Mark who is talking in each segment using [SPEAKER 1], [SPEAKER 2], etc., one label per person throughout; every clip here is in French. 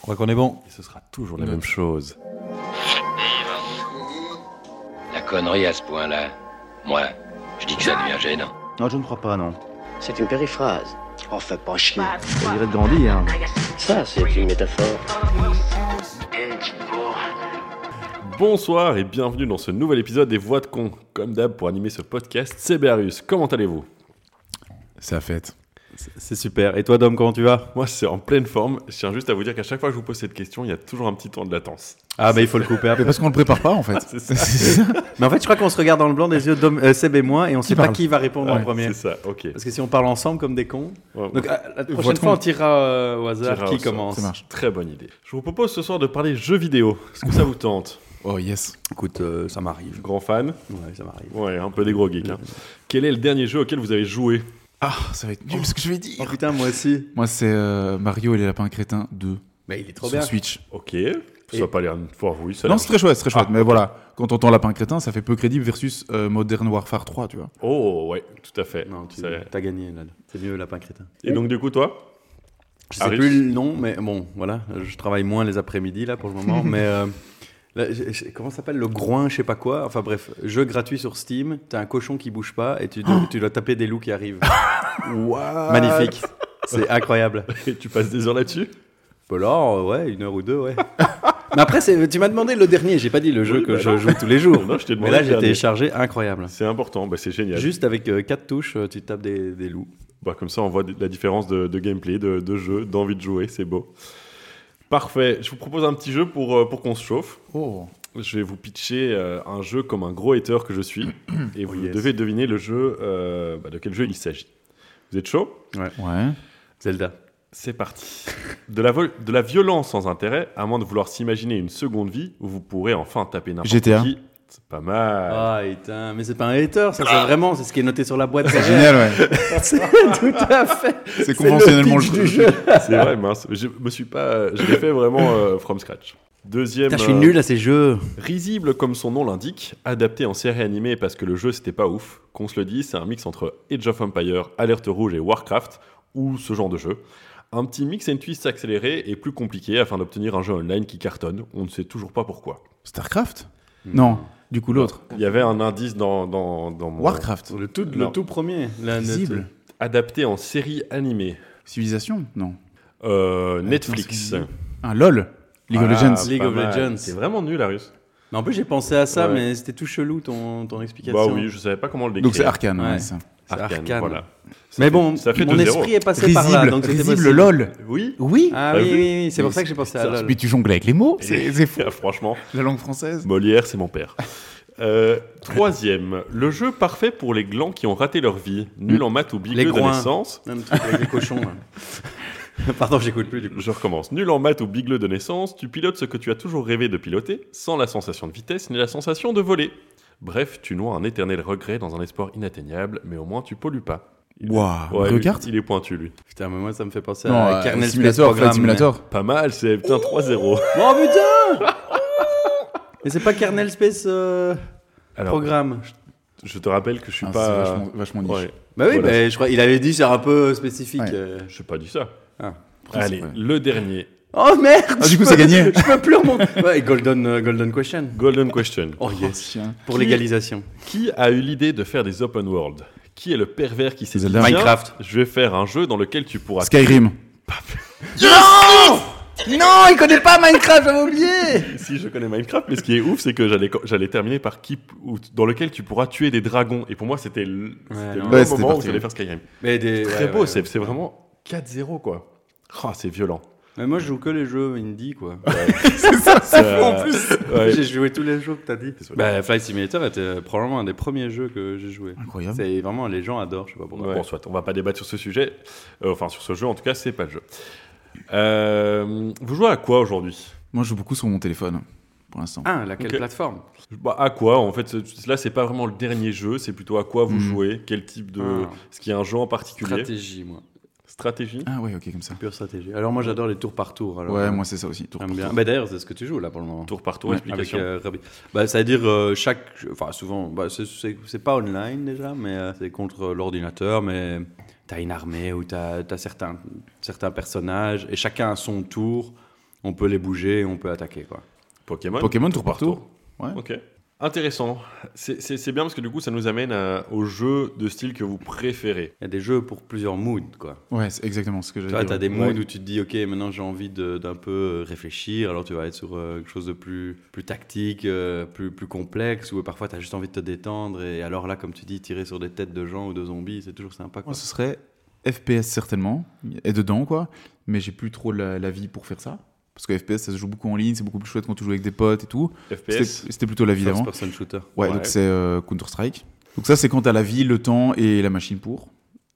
[SPEAKER 1] crois qu'on est bon.
[SPEAKER 2] Et ce sera toujours la même chose.
[SPEAKER 3] La connerie à ce point-là, moi, je dis que ça devient gênant.
[SPEAKER 4] Non, je ne crois pas, non.
[SPEAKER 5] C'est une périphrase. Enfin, Oh, pas chier.
[SPEAKER 4] Ça dirait de grandir. hein.
[SPEAKER 5] Ça, c'est une métaphore.
[SPEAKER 2] Bonsoir et bienvenue dans ce nouvel épisode des Voix de Con. Comme d'hab, pour animer ce podcast, c'est Béarus. Comment allez-vous
[SPEAKER 6] C'est la fête.
[SPEAKER 1] C'est super. Et toi, Dom, comment tu vas
[SPEAKER 2] Moi, c'est en pleine forme. Je tiens juste à vous dire qu'à chaque fois que je vous pose cette question, il y a toujours un petit temps de latence.
[SPEAKER 1] Ah, mais il faut le couper.
[SPEAKER 6] Mais parce qu'on le prépare pas en fait.
[SPEAKER 2] C'est ça.
[SPEAKER 1] mais en fait, je crois qu'on se regarde dans le blanc des yeux, Dom, euh, Seb et moi, et on sait pas
[SPEAKER 6] parle
[SPEAKER 1] qui va répondre en
[SPEAKER 6] Ouais,
[SPEAKER 1] premier.
[SPEAKER 2] C'est ça, ok.
[SPEAKER 1] Parce que si on parle ensemble comme des cons.
[SPEAKER 2] Ouais,
[SPEAKER 1] Donc,
[SPEAKER 2] ouais.
[SPEAKER 1] à- la
[SPEAKER 6] Voix
[SPEAKER 1] prochaine
[SPEAKER 6] de
[SPEAKER 1] fois,
[SPEAKER 6] con.
[SPEAKER 1] on tirera euh, au hasard
[SPEAKER 2] Tirera au
[SPEAKER 1] qui
[SPEAKER 2] sort.
[SPEAKER 1] commence.
[SPEAKER 6] Ça marche.
[SPEAKER 2] Très bonne idée. Je vous propose ce soir de parler jeux vidéo. Est-ce que ça vous tente
[SPEAKER 6] Oh yes.
[SPEAKER 1] Écoute, euh, ça m'arrive.
[SPEAKER 2] Grand fan
[SPEAKER 1] Ouais, ça m'arrive.
[SPEAKER 2] Ouais, un peu des gros geeks. hein. Quel est le dernier jeu auquel vous avez joué
[SPEAKER 6] Ah, ça va être nul ce que je vais
[SPEAKER 1] Oh
[SPEAKER 6] dire.
[SPEAKER 1] putain, moi aussi.
[SPEAKER 6] Moi, c'est euh, Mario et les lapins crétins 2
[SPEAKER 1] Mais il est trop
[SPEAKER 6] sur
[SPEAKER 1] bien.
[SPEAKER 6] Switch.
[SPEAKER 2] Ok. Ça n'a pas l'air une fois, oui. Ça a
[SPEAKER 6] Non,
[SPEAKER 2] l'air-
[SPEAKER 6] c'est très chouette, c'est très chouette. Mais voilà, quand on entend lapin crétin, ça fait peu crédible versus euh, Modern Warfare 3, tu vois.
[SPEAKER 2] Oh, ouais, tout à fait.
[SPEAKER 1] Non, tu
[SPEAKER 2] Ça a l'air-
[SPEAKER 1] t'as gagné, là. C'est mieux, lapin crétin.
[SPEAKER 2] Et donc, du coup, toi
[SPEAKER 1] Je sais
[SPEAKER 2] Harris.
[SPEAKER 1] plus le nom, mais bon, voilà, je travaille moins les après-midi là pour le moment, mais euh, là, je- je- comment ça s'appelle le groin, je sais pas quoi. Enfin bref, jeu gratuit sur Steam. T'as un cochon qui bouge pas et tu dois, tu dois taper des loups qui arrivent.
[SPEAKER 2] Euh,
[SPEAKER 1] Magnifique, c'est incroyable.
[SPEAKER 2] Et tu passes des heures là-dessus
[SPEAKER 1] Bah là, euh, ouais, une heure ou deux, ouais. mais après, c'est- tu m'as demandé le dernier. J'ai pas dit le jeu
[SPEAKER 2] Oui,
[SPEAKER 1] que
[SPEAKER 2] bah
[SPEAKER 1] je
[SPEAKER 2] non.
[SPEAKER 1] joue tous les jours.
[SPEAKER 2] Non, je t'ai
[SPEAKER 1] mais
[SPEAKER 2] demandé
[SPEAKER 1] là,
[SPEAKER 2] le
[SPEAKER 1] j'ai
[SPEAKER 2] dernier.
[SPEAKER 1] téléchargé, incroyable.
[SPEAKER 2] C'est important, bah, c'est génial.
[SPEAKER 1] Juste avec euh, quatre touches, euh, tu tapes des, des loups.
[SPEAKER 2] Bah, comme ça, on voit d- la différence de, de gameplay, de, de jeu, d'envie de jouer, c'est beau. Parfait, je vous propose un petit jeu pour, euh, pour qu'on se chauffe.
[SPEAKER 6] Oh.
[SPEAKER 2] Je vais vous pitcher euh, un jeu comme un gros hater que je suis, et vous
[SPEAKER 1] Oh, yes.
[SPEAKER 2] devez deviner le jeu, euh, bah, de quel jeu il s'agit. Vous êtes chaud
[SPEAKER 6] Ouais.
[SPEAKER 1] Zelda.
[SPEAKER 2] C'est parti. De la, vol- de la violence sans intérêt, à moins de vouloir s'imaginer une seconde vie où vous pourrez enfin taper n'importe
[SPEAKER 6] GTA.
[SPEAKER 2] qui. C'est pas mal.
[SPEAKER 1] Ah, putain, mais c'est pas un hater, ça c'est vraiment, c'est ce qui est noté sur la boîte.
[SPEAKER 6] C'est génial, ouais.
[SPEAKER 1] Tout à fait.
[SPEAKER 6] C'est conventionnellement le,
[SPEAKER 1] pitch
[SPEAKER 6] jeu.
[SPEAKER 1] du jeu.
[SPEAKER 2] C'est vrai, mince. Je me suis pas. Je l'ai fait vraiment euh, from scratch. Deuxième.
[SPEAKER 1] Putain, je suis
[SPEAKER 2] euh,
[SPEAKER 1] nul à ces jeux.
[SPEAKER 2] Risible comme son nom l'indique, adapté en série animée parce que le jeu c'était pas ouf. Qu'on se le dise, c'est un mix entre Age of Empire, Alerte Rouge et Warcraft, ou ce genre de jeu. Un petit mix and twist accéléré et plus compliqué afin d'obtenir un jeu online qui cartonne. On ne sait toujours pas pourquoi.
[SPEAKER 6] Starcraft Non. Du coup, l'autre.
[SPEAKER 2] Il y avait un indice dans, dans, dans mon.
[SPEAKER 6] Warcraft.
[SPEAKER 1] Le tout,
[SPEAKER 2] le tout
[SPEAKER 1] premier.
[SPEAKER 6] Visible.
[SPEAKER 2] Adapté en série animée.
[SPEAKER 6] Civilisation Non.
[SPEAKER 2] Euh, Netflix.
[SPEAKER 6] Attends, Ah, LOL. League of
[SPEAKER 2] Ah,
[SPEAKER 6] Legends.
[SPEAKER 1] League
[SPEAKER 2] pas
[SPEAKER 1] of
[SPEAKER 2] mal. Bah
[SPEAKER 1] Legends.
[SPEAKER 2] C'est vraiment nul, la russe.
[SPEAKER 1] Mais en plus, j'ai pensé à ça,
[SPEAKER 2] Ouais.
[SPEAKER 1] mais c'était tout chelou ton, ton explication.
[SPEAKER 2] Bah oui, je savais pas comment le décrire.
[SPEAKER 6] Donc, c'est Arcane.
[SPEAKER 1] Ouais.
[SPEAKER 6] ouais, ça.
[SPEAKER 1] c'est
[SPEAKER 2] Arcane,
[SPEAKER 1] Arcane.
[SPEAKER 2] voilà. Ça
[SPEAKER 1] Mais
[SPEAKER 2] fait-
[SPEAKER 1] bon,
[SPEAKER 2] ça fait
[SPEAKER 1] mon
[SPEAKER 2] 2-0.
[SPEAKER 1] esprit est passé par là.
[SPEAKER 6] Risible.
[SPEAKER 1] Donc c'était
[SPEAKER 6] Risible,
[SPEAKER 1] possible.
[SPEAKER 6] LOL.
[SPEAKER 2] Oui.
[SPEAKER 6] Oui.
[SPEAKER 1] Ah
[SPEAKER 2] T'as
[SPEAKER 1] oui,
[SPEAKER 2] vu
[SPEAKER 1] oui, oui, c'est pour
[SPEAKER 6] Mais
[SPEAKER 1] ça que j'ai pensé à
[SPEAKER 2] c'est-
[SPEAKER 1] LOL.
[SPEAKER 6] Puis tu jongles avec les mots. C'est c'est fou.
[SPEAKER 2] Ah, Franchement.
[SPEAKER 6] La langue française.
[SPEAKER 2] Molière, c'est mon père. Euh, troisième, le jeu parfait pour les glands qui ont raté leur vie, nul en maths ou
[SPEAKER 1] Les
[SPEAKER 2] bigleux de
[SPEAKER 1] groins.
[SPEAKER 2] naissance.
[SPEAKER 1] Même truc avec les cochons. là. Pardon, j'écoute plus du coup.
[SPEAKER 2] Je recommence. Nul en maths ou bigleux de naissance, tu pilotes ce que tu as toujours rêvé de piloter, sans la sensation de vitesse ni la sensation de voler. Bref, tu noies un éternel regret dans un espoir inatteignable, mais au moins tu pollues pas. Il-
[SPEAKER 6] Waouh.
[SPEAKER 2] Ouais, lui,
[SPEAKER 6] Regarde.
[SPEAKER 2] il est pointu, lui.
[SPEAKER 1] Putain, mais moi ça me fait penser
[SPEAKER 6] Non,
[SPEAKER 1] à
[SPEAKER 6] euh,
[SPEAKER 1] Kernel
[SPEAKER 6] Simulator, Flight
[SPEAKER 1] Space Program, mais-
[SPEAKER 6] Simulator.
[SPEAKER 2] Pas mal, c'est putain 3-0.
[SPEAKER 1] Oh putain Mais c'est pas Kernel Space euh,
[SPEAKER 2] Alors,
[SPEAKER 1] Programme.
[SPEAKER 2] je te rappelle que je suis
[SPEAKER 6] Ah,
[SPEAKER 2] pas.
[SPEAKER 6] c'est vachement, vachement niche.
[SPEAKER 2] Ouais,
[SPEAKER 1] Bah oui,
[SPEAKER 2] Voilà.
[SPEAKER 1] bah, je crois, il avait dit c'est un peu spécifique.
[SPEAKER 6] Ouais.
[SPEAKER 1] euh.
[SPEAKER 2] je pas dit ça.
[SPEAKER 1] Ah.
[SPEAKER 2] Allez,
[SPEAKER 6] Principe, ouais.
[SPEAKER 2] le dernier.
[SPEAKER 1] Oh merde
[SPEAKER 6] Ah, du
[SPEAKER 1] je
[SPEAKER 6] coup,
[SPEAKER 1] peux-
[SPEAKER 6] c'est gagné.
[SPEAKER 1] Je peux plus remonter. Ouais, Golden, euh, golden Question.
[SPEAKER 2] Golden question.
[SPEAKER 1] Oh
[SPEAKER 6] Oh,
[SPEAKER 1] yes.
[SPEAKER 6] chien.
[SPEAKER 1] Pour l'égalisation.
[SPEAKER 2] Qui a eu l'idée de faire des open world Qui est le pervers qui s'est dit
[SPEAKER 6] Zelda.
[SPEAKER 2] tiens,
[SPEAKER 1] Minecraft.
[SPEAKER 2] Je vais faire un jeu dans lequel tu pourras.
[SPEAKER 6] Skyrim.
[SPEAKER 1] Non, il connaît pas Minecraft, j'avais oublié
[SPEAKER 2] si je connais Minecraft, mais ce qui est ouf, c'est que j'allais j'allais terminer par qui ou- dans lequel tu pourras tuer des dragons. Et pour moi, c'était le, c'était
[SPEAKER 1] non.
[SPEAKER 2] le
[SPEAKER 6] Ouais, c'était
[SPEAKER 2] moment où
[SPEAKER 6] parti.
[SPEAKER 2] j'allais faire Skyrim.
[SPEAKER 1] Mais des,
[SPEAKER 2] Très
[SPEAKER 1] ouais,
[SPEAKER 2] beau,
[SPEAKER 1] ouais,
[SPEAKER 2] c'est
[SPEAKER 1] ouais.
[SPEAKER 2] c'est vraiment 4-0 quoi. Oh, c'est violent.
[SPEAKER 1] Mais moi, je joue que les jeux indie, quoi.
[SPEAKER 2] C'est
[SPEAKER 6] en plus.
[SPEAKER 2] Euh, Ouais.
[SPEAKER 1] J'ai joué tous les jeux que t'as dit.
[SPEAKER 2] Désolé.
[SPEAKER 1] Bah, Flight Simulator était probablement un des premiers jeux que j'ai joué.
[SPEAKER 6] Incroyable.
[SPEAKER 1] C'est vraiment, les gens adorent, je sais pas pourquoi.
[SPEAKER 2] Bon, soit, on va pas débattre sur ce sujet. Euh, enfin, sur ce jeu, en tout cas, c'est pas le jeu. Euh, vous jouez à quoi aujourd'hui
[SPEAKER 6] Moi, je joue beaucoup sur mon téléphone, pour l'instant.
[SPEAKER 1] Ah, laquelle
[SPEAKER 2] Ok.
[SPEAKER 1] plateforme
[SPEAKER 2] Bah, à quoi en fait c'est- Là, c'est pas vraiment le dernier jeu, c'est plutôt à quoi vous
[SPEAKER 6] Mhm.
[SPEAKER 2] jouez, quel type de.
[SPEAKER 1] Ah.
[SPEAKER 2] Est-ce qu'il y a un jeu en particulier
[SPEAKER 1] Stratégie, moi.
[SPEAKER 2] Stratégie
[SPEAKER 6] Ah ouais, ok, comme ça.
[SPEAKER 1] Pure stratégie. Alors, moi, j'adore les tours par tour. Alors, euh,
[SPEAKER 6] ouais, moi, c'est ça aussi. tour
[SPEAKER 1] j'aime
[SPEAKER 6] par
[SPEAKER 1] bien.
[SPEAKER 6] tour.
[SPEAKER 1] Bah, d'ailleurs, c'est ce que tu joues, là, pour le moment.
[SPEAKER 2] Tour par tour,
[SPEAKER 6] Ouais,
[SPEAKER 2] explication.
[SPEAKER 1] Avec, euh, Rabbit. Bah, ça veut dire euh, chaque, enfin souvent, bah, c'est- c'est c'est pas online déjà, mais euh, c'est contre l'ordinateur, mais t'as une armée ou t'as as certains, certains personnages et chacun a son tour on peut les bouger, on peut attaquer. Quoi.
[SPEAKER 2] Pokémon.
[SPEAKER 6] Pokémon tour par tour. Ouais.
[SPEAKER 2] Ok. Intéressant. C'est- C'est c'est bien parce que du coup, ça nous amène à- au jeu de style que vous préférez.
[SPEAKER 1] Il y a des jeux pour plusieurs moods. Quoi.
[SPEAKER 6] Ouais, c'est exactement ce que
[SPEAKER 1] Tu
[SPEAKER 6] j'allais
[SPEAKER 1] vois,
[SPEAKER 6] dire.
[SPEAKER 1] t'as des moods
[SPEAKER 6] Ouais.
[SPEAKER 1] où tu te dis, ok, maintenant j'ai envie de- d'un peu euh, réfléchir, alors tu vas être sur euh, quelque chose de plus, plus tactique, euh, plus, plus complexe, ou parfois t'as juste envie de te détendre, et alors là, comme tu dis, tirer sur des têtes de gens ou de zombies, c'est toujours sympa. Quoi.
[SPEAKER 6] Moi, ce serait FPS certainement, et dedans quoi, mais j'ai plus trop la, la vie pour faire ça. Parce que FPS, ça se joue beaucoup en ligne, c'est beaucoup plus chouette quand tu joues avec des potes et tout. C'était
[SPEAKER 2] FPS.
[SPEAKER 6] c'était plutôt la vie d'avant.
[SPEAKER 1] First person shooter.
[SPEAKER 6] Ouais,
[SPEAKER 2] Ouais.
[SPEAKER 6] donc c'est euh, Counter-Strike. Donc ça, c'est quand t'as la vie, le temps et la machine pour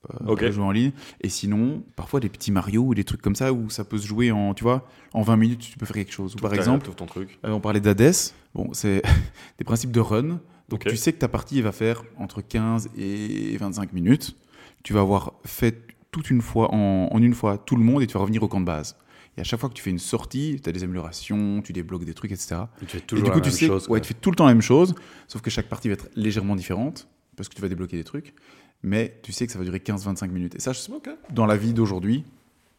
[SPEAKER 6] euh,
[SPEAKER 2] Ok.
[SPEAKER 6] pour jouer en ligne. Et sinon, parfois des petits Mario ou des trucs comme ça où ça peut se jouer en, tu vois, en 20 minutes, tu peux faire quelque chose. Ou par
[SPEAKER 2] T'as-
[SPEAKER 6] exemple,
[SPEAKER 2] t'ouvres ton truc.
[SPEAKER 6] euh, on parlait d'Hades. Bon, c'est des principes de run. Donc
[SPEAKER 2] Ok.
[SPEAKER 6] tu sais que ta partie elle va faire entre 15 et 25 minutes. Tu vas avoir fait toute une fois en, en une fois tout le monde et tu vas revenir au camp de base. Et à chaque fois que tu fais une sortie, tu as des améliorations, tu débloques des trucs, etc.
[SPEAKER 1] Et tu fais
[SPEAKER 6] Et
[SPEAKER 1] toujours
[SPEAKER 6] du coup,
[SPEAKER 1] la
[SPEAKER 6] tu
[SPEAKER 1] même
[SPEAKER 6] sais,
[SPEAKER 1] chose. quoi.
[SPEAKER 6] ouais, tu fais tout le temps la même chose, sauf que chaque partie va être légèrement différente, parce que tu vas débloquer des trucs, mais tu sais que ça va durer 15-25 minutes. Et ça, je- hein.
[SPEAKER 2] Ok.
[SPEAKER 6] dans la vie d'aujourd'hui,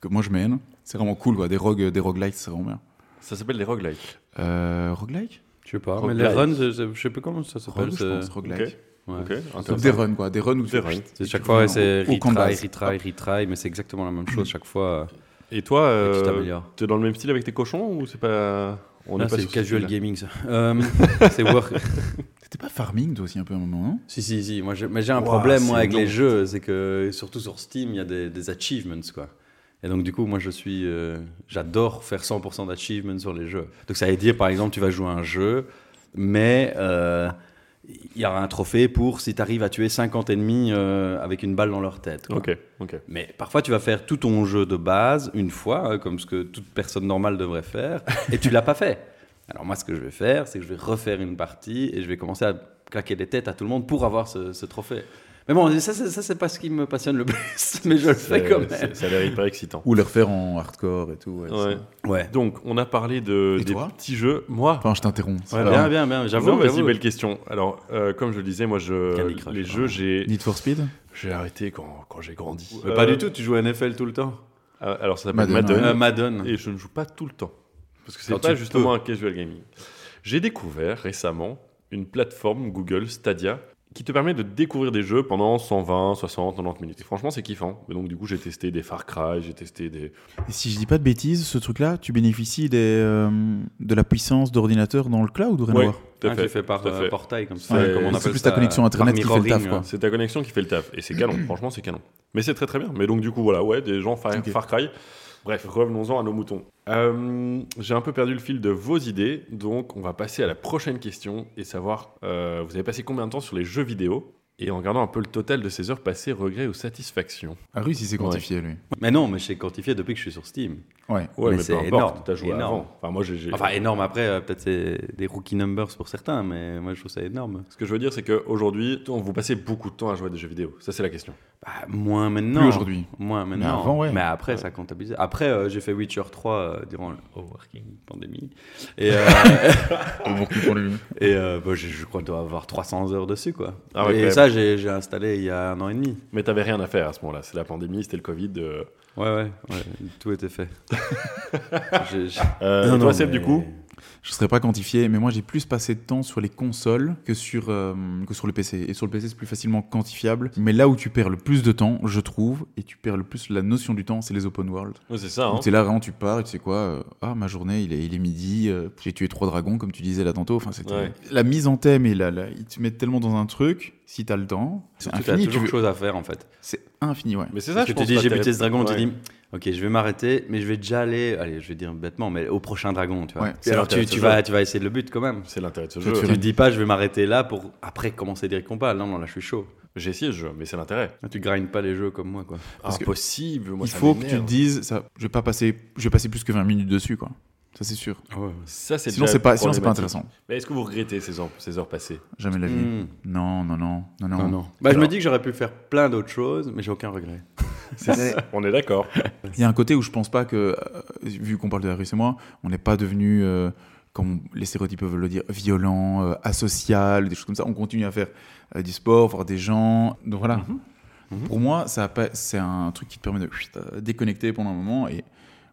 [SPEAKER 6] que moi je mène, c'est vraiment cool, quoi. Des rogues, des roguelites, c'est vraiment bien.
[SPEAKER 2] Ça s'appelle les roguelites.
[SPEAKER 6] Euh, roguelike
[SPEAKER 1] Je sais pas, mais
[SPEAKER 2] Roguelite.
[SPEAKER 1] les runs, je sais- je sais plus comment ça s'appelle.
[SPEAKER 6] Rogue, je
[SPEAKER 1] c'est-
[SPEAKER 6] pense, roguelike.
[SPEAKER 2] Ok.
[SPEAKER 1] ouais.
[SPEAKER 2] Ok.
[SPEAKER 6] Donc
[SPEAKER 2] Intéressant.
[SPEAKER 6] des runs, quoi. Des runs où tu
[SPEAKER 2] Des
[SPEAKER 6] fais-
[SPEAKER 2] runs.
[SPEAKER 1] C'est
[SPEAKER 6] tu
[SPEAKER 1] chaque
[SPEAKER 6] fais
[SPEAKER 1] fois,
[SPEAKER 6] au-
[SPEAKER 1] c'est
[SPEAKER 6] au camp de
[SPEAKER 1] retry,
[SPEAKER 6] base.
[SPEAKER 1] retry, retry, mais c'est exactement la même chose chaque fois.
[SPEAKER 2] Et toi,
[SPEAKER 1] Et tu
[SPEAKER 2] euh,
[SPEAKER 1] t'améliores.
[SPEAKER 2] t'es dans le même style avec tes cochons ou c'est pas. On
[SPEAKER 1] Là,
[SPEAKER 2] est pas
[SPEAKER 1] Ah, c'est
[SPEAKER 2] sur ce
[SPEAKER 1] casual
[SPEAKER 2] style-là
[SPEAKER 1] gaming, ça. Euh, c'est work.
[SPEAKER 6] T'étais pas farming, toi aussi, un peu à un moment, non
[SPEAKER 1] Si, si, si. Moi, j'ai- mais j'ai un
[SPEAKER 6] Ouah,
[SPEAKER 1] problème, moi,
[SPEAKER 6] c'est
[SPEAKER 1] avec les
[SPEAKER 6] long.
[SPEAKER 1] jeux. C'est que, surtout sur Steam, il y a des, des achievements, quoi. Et donc, du coup, moi, je suis. euh, J'adore faire 100% d'achievements sur les jeux. Donc, ça veut dire, par exemple, tu vas jouer à un jeu, mais. euh, il y aura un trophée pour si tu arrives à tuer 50 ennemis euh, avec une balle dans leur tête. quoi.
[SPEAKER 2] Ok, ok.
[SPEAKER 1] Mais parfois, tu vas faire tout ton jeu de base une fois, hein, comme ce que toute personne normale devrait faire, et tu l'as pas fait. Alors moi, ce que je vais faire, c'est que je vais refaire une partie et je vais commencer à claquer des têtes à tout le monde pour avoir ce, ce trophée. Mais bon, ça, c'est- ça, c'est pas ce qui me passionne le plus, mais je le fais
[SPEAKER 2] C'est-
[SPEAKER 1] quand même.
[SPEAKER 2] c'est- Ça a l'air hyper excitant.
[SPEAKER 6] Ou les refaire en hardcore et tout. ouais,
[SPEAKER 2] Ouais.
[SPEAKER 6] ça.
[SPEAKER 1] Ouais.
[SPEAKER 2] Donc, on a parlé de,
[SPEAKER 6] Et
[SPEAKER 2] des
[SPEAKER 6] toi
[SPEAKER 2] petits jeux. Moi,
[SPEAKER 6] Enfin, je t'interromps. c'est pas
[SPEAKER 1] bien,
[SPEAKER 6] grave.
[SPEAKER 1] bien, bien.
[SPEAKER 2] Non,
[SPEAKER 1] J'avoue,
[SPEAKER 2] vas-y,
[SPEAKER 1] j'avoue.
[SPEAKER 2] belle question. Alors, euh, comme je le disais, moi, je,
[SPEAKER 1] Candy Crush,
[SPEAKER 2] les
[SPEAKER 1] pardon.
[SPEAKER 2] jeux, j'ai
[SPEAKER 6] Need for Speed
[SPEAKER 2] j'ai arrêté quand, quand j'ai grandi.
[SPEAKER 1] Mais
[SPEAKER 2] Euh,
[SPEAKER 1] Pas du tout. Tu joues à NFL tout le temps.
[SPEAKER 2] euh, Alors, ça s'appelle
[SPEAKER 6] Madden,
[SPEAKER 2] Madden.
[SPEAKER 1] Euh, Madden.
[SPEAKER 2] Et je ne joue pas tout le temps. Parce que c'est
[SPEAKER 1] Quand
[SPEAKER 2] pas
[SPEAKER 1] tu
[SPEAKER 2] justement un casual gaming. J'ai découvert récemment une plateforme Google Stadia qui te permet de découvrir des jeux pendant 120, 60, 90 minutes. Et franchement, c'est kiffant. Et donc, du coup, j'ai testé des Far Cry, j'ai testé des.
[SPEAKER 6] Et si je dis pas de bêtises, ce truc-là, tu bénéficies des, euh, de la puissance d'ordinateur dans le cloud,
[SPEAKER 2] Ouais,
[SPEAKER 6] Renoir
[SPEAKER 2] tout à
[SPEAKER 1] Hein,
[SPEAKER 2] fait,
[SPEAKER 1] tu fais par
[SPEAKER 2] tout à
[SPEAKER 1] euh,
[SPEAKER 2] fait.
[SPEAKER 1] portail comme ça.
[SPEAKER 2] C'est-
[SPEAKER 1] comme on
[SPEAKER 2] c'est
[SPEAKER 1] appelle
[SPEAKER 6] plus
[SPEAKER 1] ça,
[SPEAKER 6] ta connexion Internet
[SPEAKER 1] par
[SPEAKER 6] qui fait le taf,
[SPEAKER 1] mirroring,
[SPEAKER 6] quoi.
[SPEAKER 1] hein.
[SPEAKER 2] C'est ta connexion qui fait le taf. Et c'est canon, franchement, c'est canon. Mais c'est très très bien. Mais donc, du coup, voilà, ouais, des gens Far,
[SPEAKER 6] Ok.
[SPEAKER 2] Far Cry. Bref, revenons-en à nos moutons. Euh, J'ai un peu perdu le fil de vos idées, donc on va passer à la prochaine question et savoir, euh, vous avez passé combien de temps sur les jeux vidéo Et en regardant un peu le total de ces heures passées, regrets ou satisfaction
[SPEAKER 6] Ah oui, si c'est quantifié, lui.
[SPEAKER 1] Mais non, mais je sais quantifié depuis que je suis sur Steam.
[SPEAKER 6] Ouais.
[SPEAKER 1] Ouais, Mais mais peu c'est importe, énorme,
[SPEAKER 2] t'as joué
[SPEAKER 1] énorme.
[SPEAKER 2] avant. Enfin, moi, j'ai... j'ai-
[SPEAKER 1] Enfin, énorme. Après, euh, peut-être c'est des rookie numbers pour certains, mais moi, je trouve ça énorme.
[SPEAKER 2] Ce que je veux dire, c'est qu'aujourd'hui, vous passez beaucoup de temps à jouer à des jeux vidéo. Ça, c'est la question.
[SPEAKER 1] Bah, moins maintenant.
[SPEAKER 6] Plus aujourd'hui.
[SPEAKER 1] Moins maintenant.
[SPEAKER 6] Mais avant, ouais.
[SPEAKER 1] Mais après, ça comptabilise. Après, euh, j'ai fait Witcher 3 euh, durant le working pandémie. Et, euh, et euh, bah, j'ai- je crois que je dois avoir 300 heures dessus, quoi.
[SPEAKER 2] Ah ouais, quand
[SPEAKER 1] et
[SPEAKER 2] même.
[SPEAKER 1] ça, j'ai j'ai installé il y a un an et demi.
[SPEAKER 2] Mais t'avais rien à faire à ce moment-là. C'est la pandémie, c'était le Covid. euh.
[SPEAKER 1] Ouais, ouais, ouais, tout était fait. J'ai- j'ai-
[SPEAKER 2] Euh,
[SPEAKER 6] Non,
[SPEAKER 2] et toi,
[SPEAKER 6] non,
[SPEAKER 2] Seb, du
[SPEAKER 1] mais-
[SPEAKER 2] coup
[SPEAKER 6] Je serais pas quantifié, mais moi j'ai plus passé de temps sur les consoles que sur, euh, que sur le PC. Et sur le PC, c'est plus facilement quantifiable. Mais là où tu perds le plus de temps, je trouve, et tu perds le plus la notion du temps, c'est les open world.
[SPEAKER 2] Ouais, C'est ça,
[SPEAKER 6] Où
[SPEAKER 2] hein.
[SPEAKER 6] t'es là, vraiment, tu pars et tu sais quoi euh, Ah, ma journée, il est, il est midi, euh, j'ai tué trois dragons, comme tu disais là tantôt. Enfin, c'était
[SPEAKER 2] Ouais.
[SPEAKER 6] la mise en thème et là, là, ils te mettent tellement dans un truc, si t'as le temps, c'est
[SPEAKER 1] Surtout, t'as
[SPEAKER 6] infini. tu
[SPEAKER 1] toujours
[SPEAKER 6] veux-
[SPEAKER 1] chose à faire, en fait.
[SPEAKER 6] C'est infini, ouais.
[SPEAKER 2] Mais c'est ça,
[SPEAKER 1] Parce
[SPEAKER 2] je
[SPEAKER 1] que
[SPEAKER 2] pense
[SPEAKER 1] tu dis,
[SPEAKER 2] pas
[SPEAKER 1] j'ai
[SPEAKER 2] terrible.
[SPEAKER 1] buté ce dragon,
[SPEAKER 2] Ouais.
[SPEAKER 1] tu dis, ok, je vais m'arrêter, mais je vais déjà aller, allez, je vais dire bêtement, mais au prochain dragon, tu vois.
[SPEAKER 6] Ouais.
[SPEAKER 1] Et alors, tu,
[SPEAKER 2] C'est
[SPEAKER 1] tu
[SPEAKER 2] vrai.
[SPEAKER 1] vas, tu vas essayer le but quand même.
[SPEAKER 2] C'est l'intérêt de ce
[SPEAKER 6] Ça,
[SPEAKER 2] jeu.
[SPEAKER 6] tu
[SPEAKER 1] Tu
[SPEAKER 6] Ouais.
[SPEAKER 1] ne dis pas, je vais m'arrêter là pour après commencer des combats. Non, non, là, je suis chaud.
[SPEAKER 2] J'ai essayé ce jeu, mais c'est l'intérêt.
[SPEAKER 1] Là, Tu grindes pas les jeux comme moi, quoi.
[SPEAKER 6] Parce que
[SPEAKER 2] Impossible, moi,
[SPEAKER 6] il
[SPEAKER 2] ça
[SPEAKER 6] faut que tu te
[SPEAKER 2] m'énerve.
[SPEAKER 6] dises, ça, je vais pas passer, je vais passer plus que 20 minutes dessus, quoi. Ça, c'est sûr.
[SPEAKER 2] Ça, c'est
[SPEAKER 6] Sinon,
[SPEAKER 2] déjà
[SPEAKER 6] c'est pas, sinon, c'est pas
[SPEAKER 2] problématique.
[SPEAKER 6] intéressant.
[SPEAKER 2] Mais est-ce que vous regrettez ces heures, ces heures passées
[SPEAKER 6] Jamais de la vie.
[SPEAKER 1] Hmm.
[SPEAKER 6] Non, non, non, non, non.
[SPEAKER 1] Bah, je
[SPEAKER 2] Alors.
[SPEAKER 1] me dis que j'aurais pu faire plein d'autres choses, mais j'ai aucun regret.
[SPEAKER 2] On est d'accord.
[SPEAKER 6] Il y a un côté où je pense pas que, euh, vu qu'on parle de la Russie et moi, on n'est pas devenu, euh, comme les stéréotypes peuvent le dire, violent, euh, asocial, des choses comme ça. On continue à faire euh, du sport, voir des gens. Donc voilà.
[SPEAKER 1] Mhm.
[SPEAKER 6] Pour moi, ça a pas- c'est un truc qui te permet de chut, euh, déconnecter pendant un moment. Et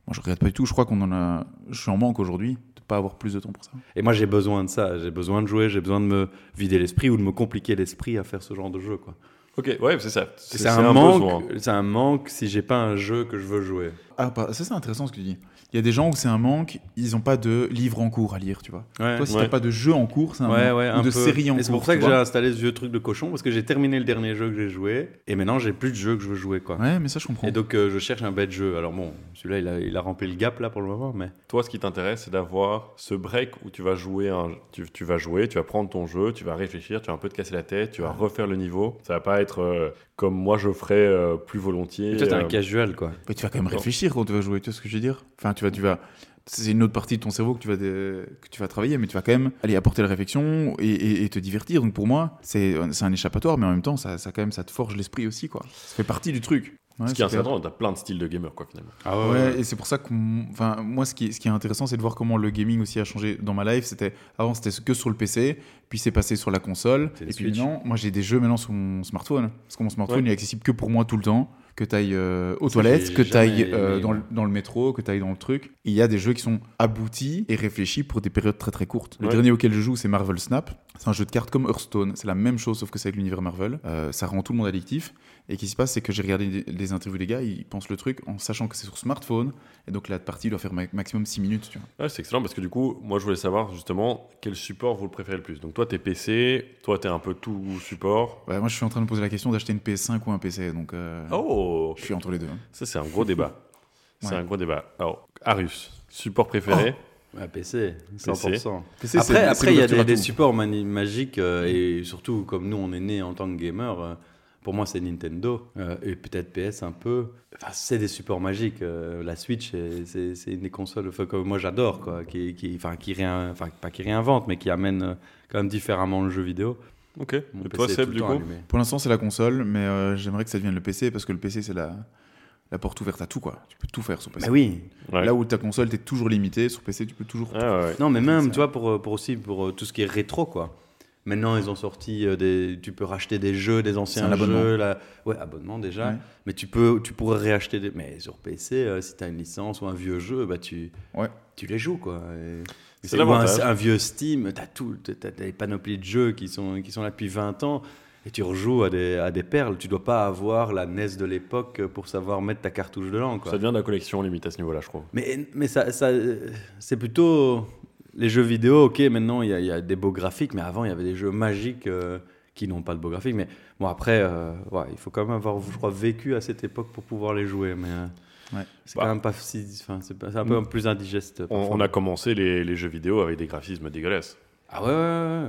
[SPEAKER 6] Moi, je regrette pas du tout. Je crois qu'on en a. Je suis en manque aujourd'hui de pas avoir plus de temps pour ça.
[SPEAKER 1] Et moi, j'ai besoin de ça. J'ai besoin de jouer, j'ai besoin de me vider l'esprit ou de me compliquer l'esprit à faire ce genre de jeu. Quoi.
[SPEAKER 2] Ok, ouais, c'est ça.
[SPEAKER 1] C'est un, manque. C'est un manque si j'ai pas un jeu que je veux jouer.
[SPEAKER 6] Ah, bah, ça, c'est intéressant ce que tu dis. Il y a des gens où c'est un manque, ils n'ont pas de livre en cours à lire, tu vois.
[SPEAKER 1] Ouais,
[SPEAKER 6] Toi, si
[SPEAKER 2] ouais.
[SPEAKER 6] t'as pas de jeu en cours, c'est un
[SPEAKER 1] ouais,
[SPEAKER 6] manque.
[SPEAKER 1] ouais,
[SPEAKER 6] Ou
[SPEAKER 1] un
[SPEAKER 6] de
[SPEAKER 1] peu.
[SPEAKER 6] série en cours.
[SPEAKER 1] Et c'est pour ça
[SPEAKER 6] tu
[SPEAKER 1] que j'ai
[SPEAKER 6] vois.
[SPEAKER 1] installé ce vieux truc de cochon parce que j'ai terminé le dernier jeu que j'ai joué et maintenant j'ai plus de jeu que je veux jouer. Quoi.
[SPEAKER 6] Ouais, mais ça, je comprends.
[SPEAKER 1] Et donc, euh, je cherche un bête jeu. Alors, bon, celui-là, il a, il a rempli le gap là pour le moment, mais.
[SPEAKER 2] Toi, ce qui t'intéresse, c'est d'avoir ce break où tu vas jouer, un- tu, tu vas jouer, tu vas prendre ton jeu, tu vas réfléchir, tu vas un peu te casser la tête, tu vas refaire le niveau. Ça va pas être euh, comme moi je ferais euh, plus volontiers.
[SPEAKER 1] Et toi, t'es un
[SPEAKER 2] euh,
[SPEAKER 1] casual, quoi.
[SPEAKER 6] Mais tu vas quand même
[SPEAKER 2] D'accord.
[SPEAKER 6] réfléchir quand tu vas jouer, tu vois ce que je veux dire Enfin, tu vas, tu vas, c'est une autre partie de ton cerveau que tu vas, dé- que tu vas travailler, mais tu vas quand même aller apporter la réflexion et, et- et te divertir. Donc pour moi, c'est c'est un échappatoire, mais en même temps, ça, ça quand même, ça te forge l'esprit aussi, quoi. Ça fait partie du truc. Ouais,
[SPEAKER 2] ce qui est
[SPEAKER 6] c'est clair.
[SPEAKER 2] intéressant, t'as plein de styles de gamer, quoi, finalement.
[SPEAKER 1] Ah
[SPEAKER 6] Ouais, et c'est pour ça que, m- enfin, moi, ce qui, ce qui est intéressant, c'est de voir comment le gaming aussi a changé dans ma life. C'était avant, c'était que sur le PC, puis c'est passé sur la console,
[SPEAKER 1] C'est
[SPEAKER 6] et
[SPEAKER 1] les
[SPEAKER 6] puis
[SPEAKER 1] Switch.
[SPEAKER 6] maintenant, moi, j'ai des jeux maintenant sur mon smartphone, parce que mon smartphone
[SPEAKER 2] Ouais.
[SPEAKER 6] il est accessible que pour moi tout le temps. Que t'ailles euh, aux
[SPEAKER 1] Ça,
[SPEAKER 6] toilettes,
[SPEAKER 1] j'ai
[SPEAKER 6] que
[SPEAKER 1] jamais
[SPEAKER 6] t'ailles
[SPEAKER 1] aimé,
[SPEAKER 6] euh, dans, le-
[SPEAKER 1] moi.
[SPEAKER 6] dans le métro, que t'ailles dans le truc. Il y a des jeux qui sont aboutis et réfléchis pour des périodes très très courtes. Le
[SPEAKER 2] Ouais.
[SPEAKER 6] dernier auquel je joue, c'est Marvel Snap. C'est un jeu de cartes comme Hearthstone. C'est la même chose, sauf que c'est avec l'univers Marvel. Euh, ça rend tout le monde addictif. Et qui se passe, c'est que j'ai regardé les interviews des gars, ils pensent le truc en sachant que c'est sur smartphone. Et donc la partie doit faire ma- maximum 6 minutes. Tu vois.
[SPEAKER 2] Ouais, c'est excellent parce que du coup, moi je voulais savoir justement quel support vous le préférez le plus. Donc toi, t'es PC, toi, t'es un peu tout support.
[SPEAKER 6] Ouais, moi, je suis en train de me poser la question d'acheter une PS5 ou un PC. Donc euh,
[SPEAKER 2] Oh
[SPEAKER 6] je suis entre les deux. hein.
[SPEAKER 2] Ça, c'est un gros débat. C'est
[SPEAKER 6] Ouais.
[SPEAKER 2] un gros débat. Alors, Arius, support préféré
[SPEAKER 1] Ah, PC, 100%.
[SPEAKER 6] PC, c'est-
[SPEAKER 1] Après,
[SPEAKER 6] c'est
[SPEAKER 1] après, il y a
[SPEAKER 6] l'ouverture
[SPEAKER 1] des,
[SPEAKER 6] à
[SPEAKER 1] des
[SPEAKER 6] tout.
[SPEAKER 1] supports mani- magiques euh, et surtout, comme nous, on est né en tant que gamer. euh, pour moi, c'est Nintendo euh, et peut-être PS un peu. Enfin, c'est des supports magiques. euh, la Switch, c'est- c'est c'est une des consoles enfin, que moi j'adore, quoi, qui, qui, enfin, qui réin- enfin, pas qui réinvente, mais qui amène euh, quand même différemment le jeu vidéo.
[SPEAKER 2] Ok.
[SPEAKER 1] Mon
[SPEAKER 2] Et
[SPEAKER 1] PC
[SPEAKER 2] toi,
[SPEAKER 1] est tout
[SPEAKER 2] Seb,
[SPEAKER 1] le
[SPEAKER 2] du
[SPEAKER 1] temps
[SPEAKER 2] coup
[SPEAKER 1] allumé.
[SPEAKER 6] Pour l'instant, c'est la console, mais euh, j'aimerais que ça devienne le PC parce que le PC, c'est la, la porte ouverte à tout. quoi. Tu peux tout faire sur PC.
[SPEAKER 1] Bah oui,
[SPEAKER 2] Ouais.
[SPEAKER 6] Là où ta console, t'es toujours limité. Sur PC, tu peux toujours.
[SPEAKER 2] Ah, ouais.
[SPEAKER 1] Non, mais
[SPEAKER 6] Comme
[SPEAKER 1] même,
[SPEAKER 6] ça.
[SPEAKER 1] tu vois, pour, euh, pour aussi pour euh, tout ce qui est rétro, quoi. Maintenant, ils ont sorti euh, des. Tu peux racheter des jeux, des anciens
[SPEAKER 6] C'est un abonnement.
[SPEAKER 1] jeux. Là. Ouais, abonnement déjà.
[SPEAKER 6] Ouais.
[SPEAKER 1] Mais tu, peux, tu pourrais réacheter des. Mais sur PC, euh, si tu as une licence ou un vieux jeu, bah, tu,
[SPEAKER 6] Ouais.
[SPEAKER 1] tu les joues, quoi. Et-
[SPEAKER 2] C'est
[SPEAKER 1] ou un,
[SPEAKER 2] l'avantage.
[SPEAKER 1] un vieux Steam, tu as, tout, t'as- t'as des panoplies de jeux qui sont, qui sont là depuis 20 ans. Et tu rejoues à des, à des perles. Tu dois pas avoir la NES de l'époque pour savoir mettre ta cartouche dedans. Quoi.
[SPEAKER 2] Ça devient de la collection limite à ce niveau-là, je trouve.
[SPEAKER 1] Mais, mais ça, ça, euh, c'est plutôt les jeux vidéo, ok, maintenant il y, a- il y a des beaux graphiques, mais avant il y avait des jeux magiques euh, qui n'ont pas de beaux graphiques. Mais bon, après, euh, ouais, il faut quand même avoir, je crois, vécu à cette époque pour pouvoir les jouer. Mais euh,
[SPEAKER 6] Ouais. Mm.
[SPEAKER 1] c'est
[SPEAKER 2] Bah.
[SPEAKER 1] quand même pas si. enfin, C'est pas- c'est un peu plus indigeste.
[SPEAKER 2] On,
[SPEAKER 1] parfois.
[SPEAKER 2] on a commencé les, les jeux vidéo avec des graphismes dégueulasses.
[SPEAKER 1] Ah ouais, ouais, ouais,